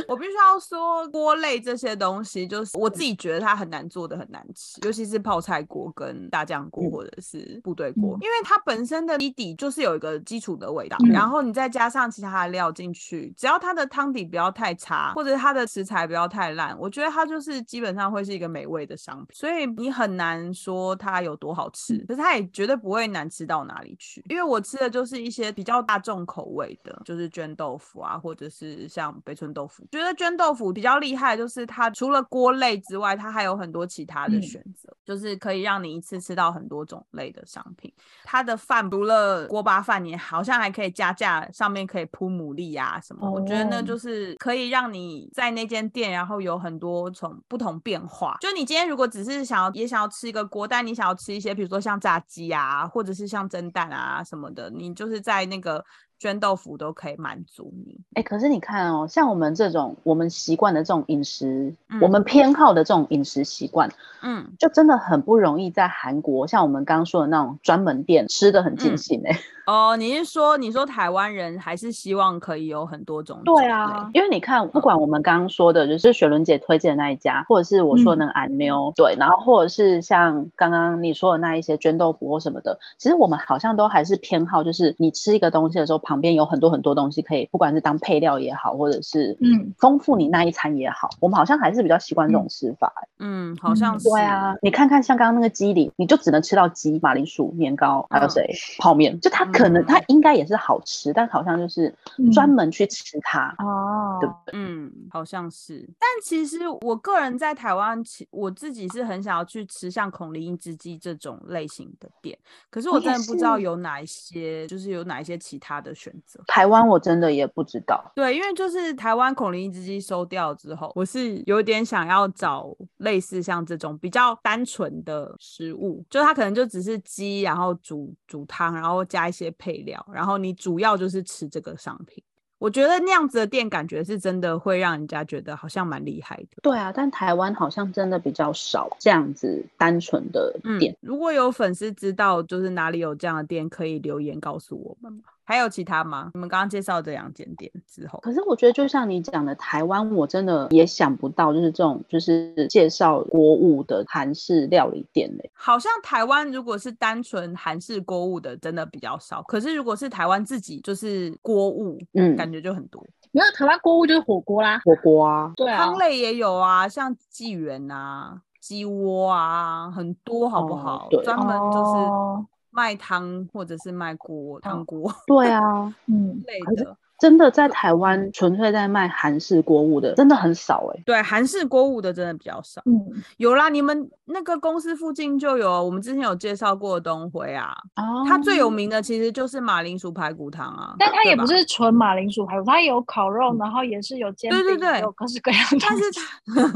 A: 我必须要说，锅类这些东西，就是我自己觉得它很难做的很难吃，尤其是泡菜锅跟大酱锅
B: 嗯
A: 或者是部队锅，
C: 嗯
A: 因为它本身的底底就是有一个基础的味道，
C: 嗯
A: 然后你再加上其他的料进去，只要它的汤底不要太差，或者它的食材不要太烂，我觉得它就是基本上会是一个美味的商品，所以你很难说它有多好吃，
C: 嗯
A: 可是它也绝对不会难吃到哪里去，因为我吃的就是一些比较大众口味的，就是卷豆腐啊，或者是像北村豆腐。觉得卷豆腐比较厉害，就是它除了锅类之外，它还有很多其他的
C: 嗯
A: 选择，就是可以让你一次吃到很多种类的商品。它的饭除了锅巴饭，你好像还可以加价，上面可以铺牡蛎啊什么。我觉得那
C: 哦
A: 就是可以让你在那间店，然后有很多从不同变化。就你今天如果只是想要也想要吃一个锅，但你想要吃一些，比如说像炸鸡啊，或者是像蒸蛋啊什么的，你就是在那个卷豆腐都可以满足你。
B: 哎、可是你看哦，像我们这种我们习惯的这种饮食，
A: 嗯
B: 我们偏好的这种饮食习惯，
A: 嗯，
B: 就真的很不容易在韩国，像我们刚刚说的那种专门店吃的很
A: 嗯
B: 尽兴哎、
A: 哦，你是说你说台湾人还是希望可以有很多种？
C: 对啊，
B: 因为你看，不管我们刚刚说的，就是雪伦姐推荐的那一家，或者是我说的那个安妞，对，然后或者是像刚刚你说的那一些卷豆腐或什么的，其实我们好像都还是偏好，就是你吃一个东西的时候，旁边有很多很多东西可以，不管是当配料也好，或者是
C: 嗯
B: 丰富你那一餐也好，我们好像还是比较习惯这种吃法、欸
A: 嗯，好像
C: 嗯
A: 是。
B: 对啊，你看看像刚刚那个鸡里，你就只能吃到鸡、马铃薯、年糕，还有
A: 嗯
B: 谁、泡面，就它可能、
A: 嗯
B: 它应该也是好吃，但好像就是专
C: 嗯
B: 门去吃它，
C: 哦，
B: 对不对？
A: 嗯，好像是。但其实我个人在台湾，其我自己是很想要去吃像孔林一之鸡这种类型的店，可是
B: 我
A: 我
B: 也
A: 真的不知道
B: 是
A: 有哪一些，就是有哪一些其他的选择。
B: 台湾我真的也不知道。
A: 对，因为就是台湾孔林一只鸡收掉之后，我是有点想要找类似像这种比较单纯的食物，就它可能就只是鸡，然后煮煮汤，然后加一些配料，然后你主要就是吃这个商品。我觉得那样子的店，感觉是真的会让人家觉得好像蛮厉害的。
B: 对啊，但台湾好像真的比较少这样子单纯的店。
A: 嗯，如果有粉丝知道就是哪里有这样的店，可以留言告诉我们。还有其他吗？你们刚刚介绍这两间店之后，
B: 可是我觉得，就像你讲的，台湾我真的也想不到，就是这种就是介绍锅物的韩式料理店嘞、
A: 好像台湾如果是单纯韩式锅物的，真的比较少。可是如果是台湾自己就是锅物，
B: 嗯，
A: 感觉就很多。
C: 没有台湾锅物就是火锅啦。
B: 火锅啊，
C: 对啊
A: 汤，类也有啊，像纪元啊、鸡窝啊，很多好不
B: 哦
A: 好？
B: 对
A: 专门就是
C: 哦
A: 卖汤或者是卖锅汤锅
B: 对啊，
C: 嗯，
A: 类
B: 可是
A: 的。
B: 真的在台湾纯粹在卖韩式锅物的，真的很少哎、
A: 对，韩式锅物的真的比较少。
C: 嗯，
A: 有啦，你们那个公司附近就有，我们之前有介绍过的东辉啊，
B: 哦
A: 它最有名的其实就是马铃薯排骨汤啊，
C: 但它
A: 对
C: 也不
A: 吧嗯
C: 是纯马铃薯排骨，它也有烤肉，然后也是有煎
A: 对对
C: 饼，
A: 对
C: 也有各式 各样的东西。
A: 但是它，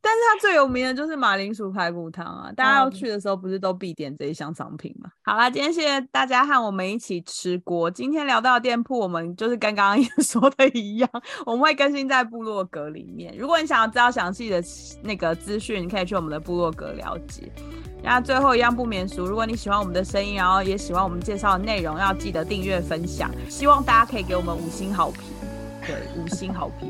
A: 但是它最有名的就是马铃薯排骨汤啊！大家要
C: 嗯
A: 去的时候，不是都必点这一项商品吗？好啦，今天谢谢大家和我们一起吃锅。今天聊到的店铺，我们就是跟跟刚 刚也说的一样，我们会更新在部落格里面。如果你想要知道详细的那个资讯，你可以去我们的部落格了解。那最后一样不免俗，如果你喜欢我们的声音，然后也喜欢我们介绍的内容，要记得订阅分享。希望大家可以给我们五星好评，对，五星好评。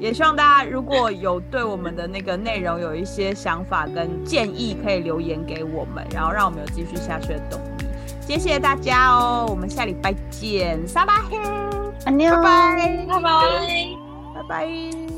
A: 也希望大家如果有对我们的那个内容有一些想法跟建议，可以留言给我们，然后让我们有继续下去的动力。谢谢大家哦，我们下礼拜见，撒巴嘿，
B: 拜
A: 拜，
C: 拜拜，
A: 拜拜。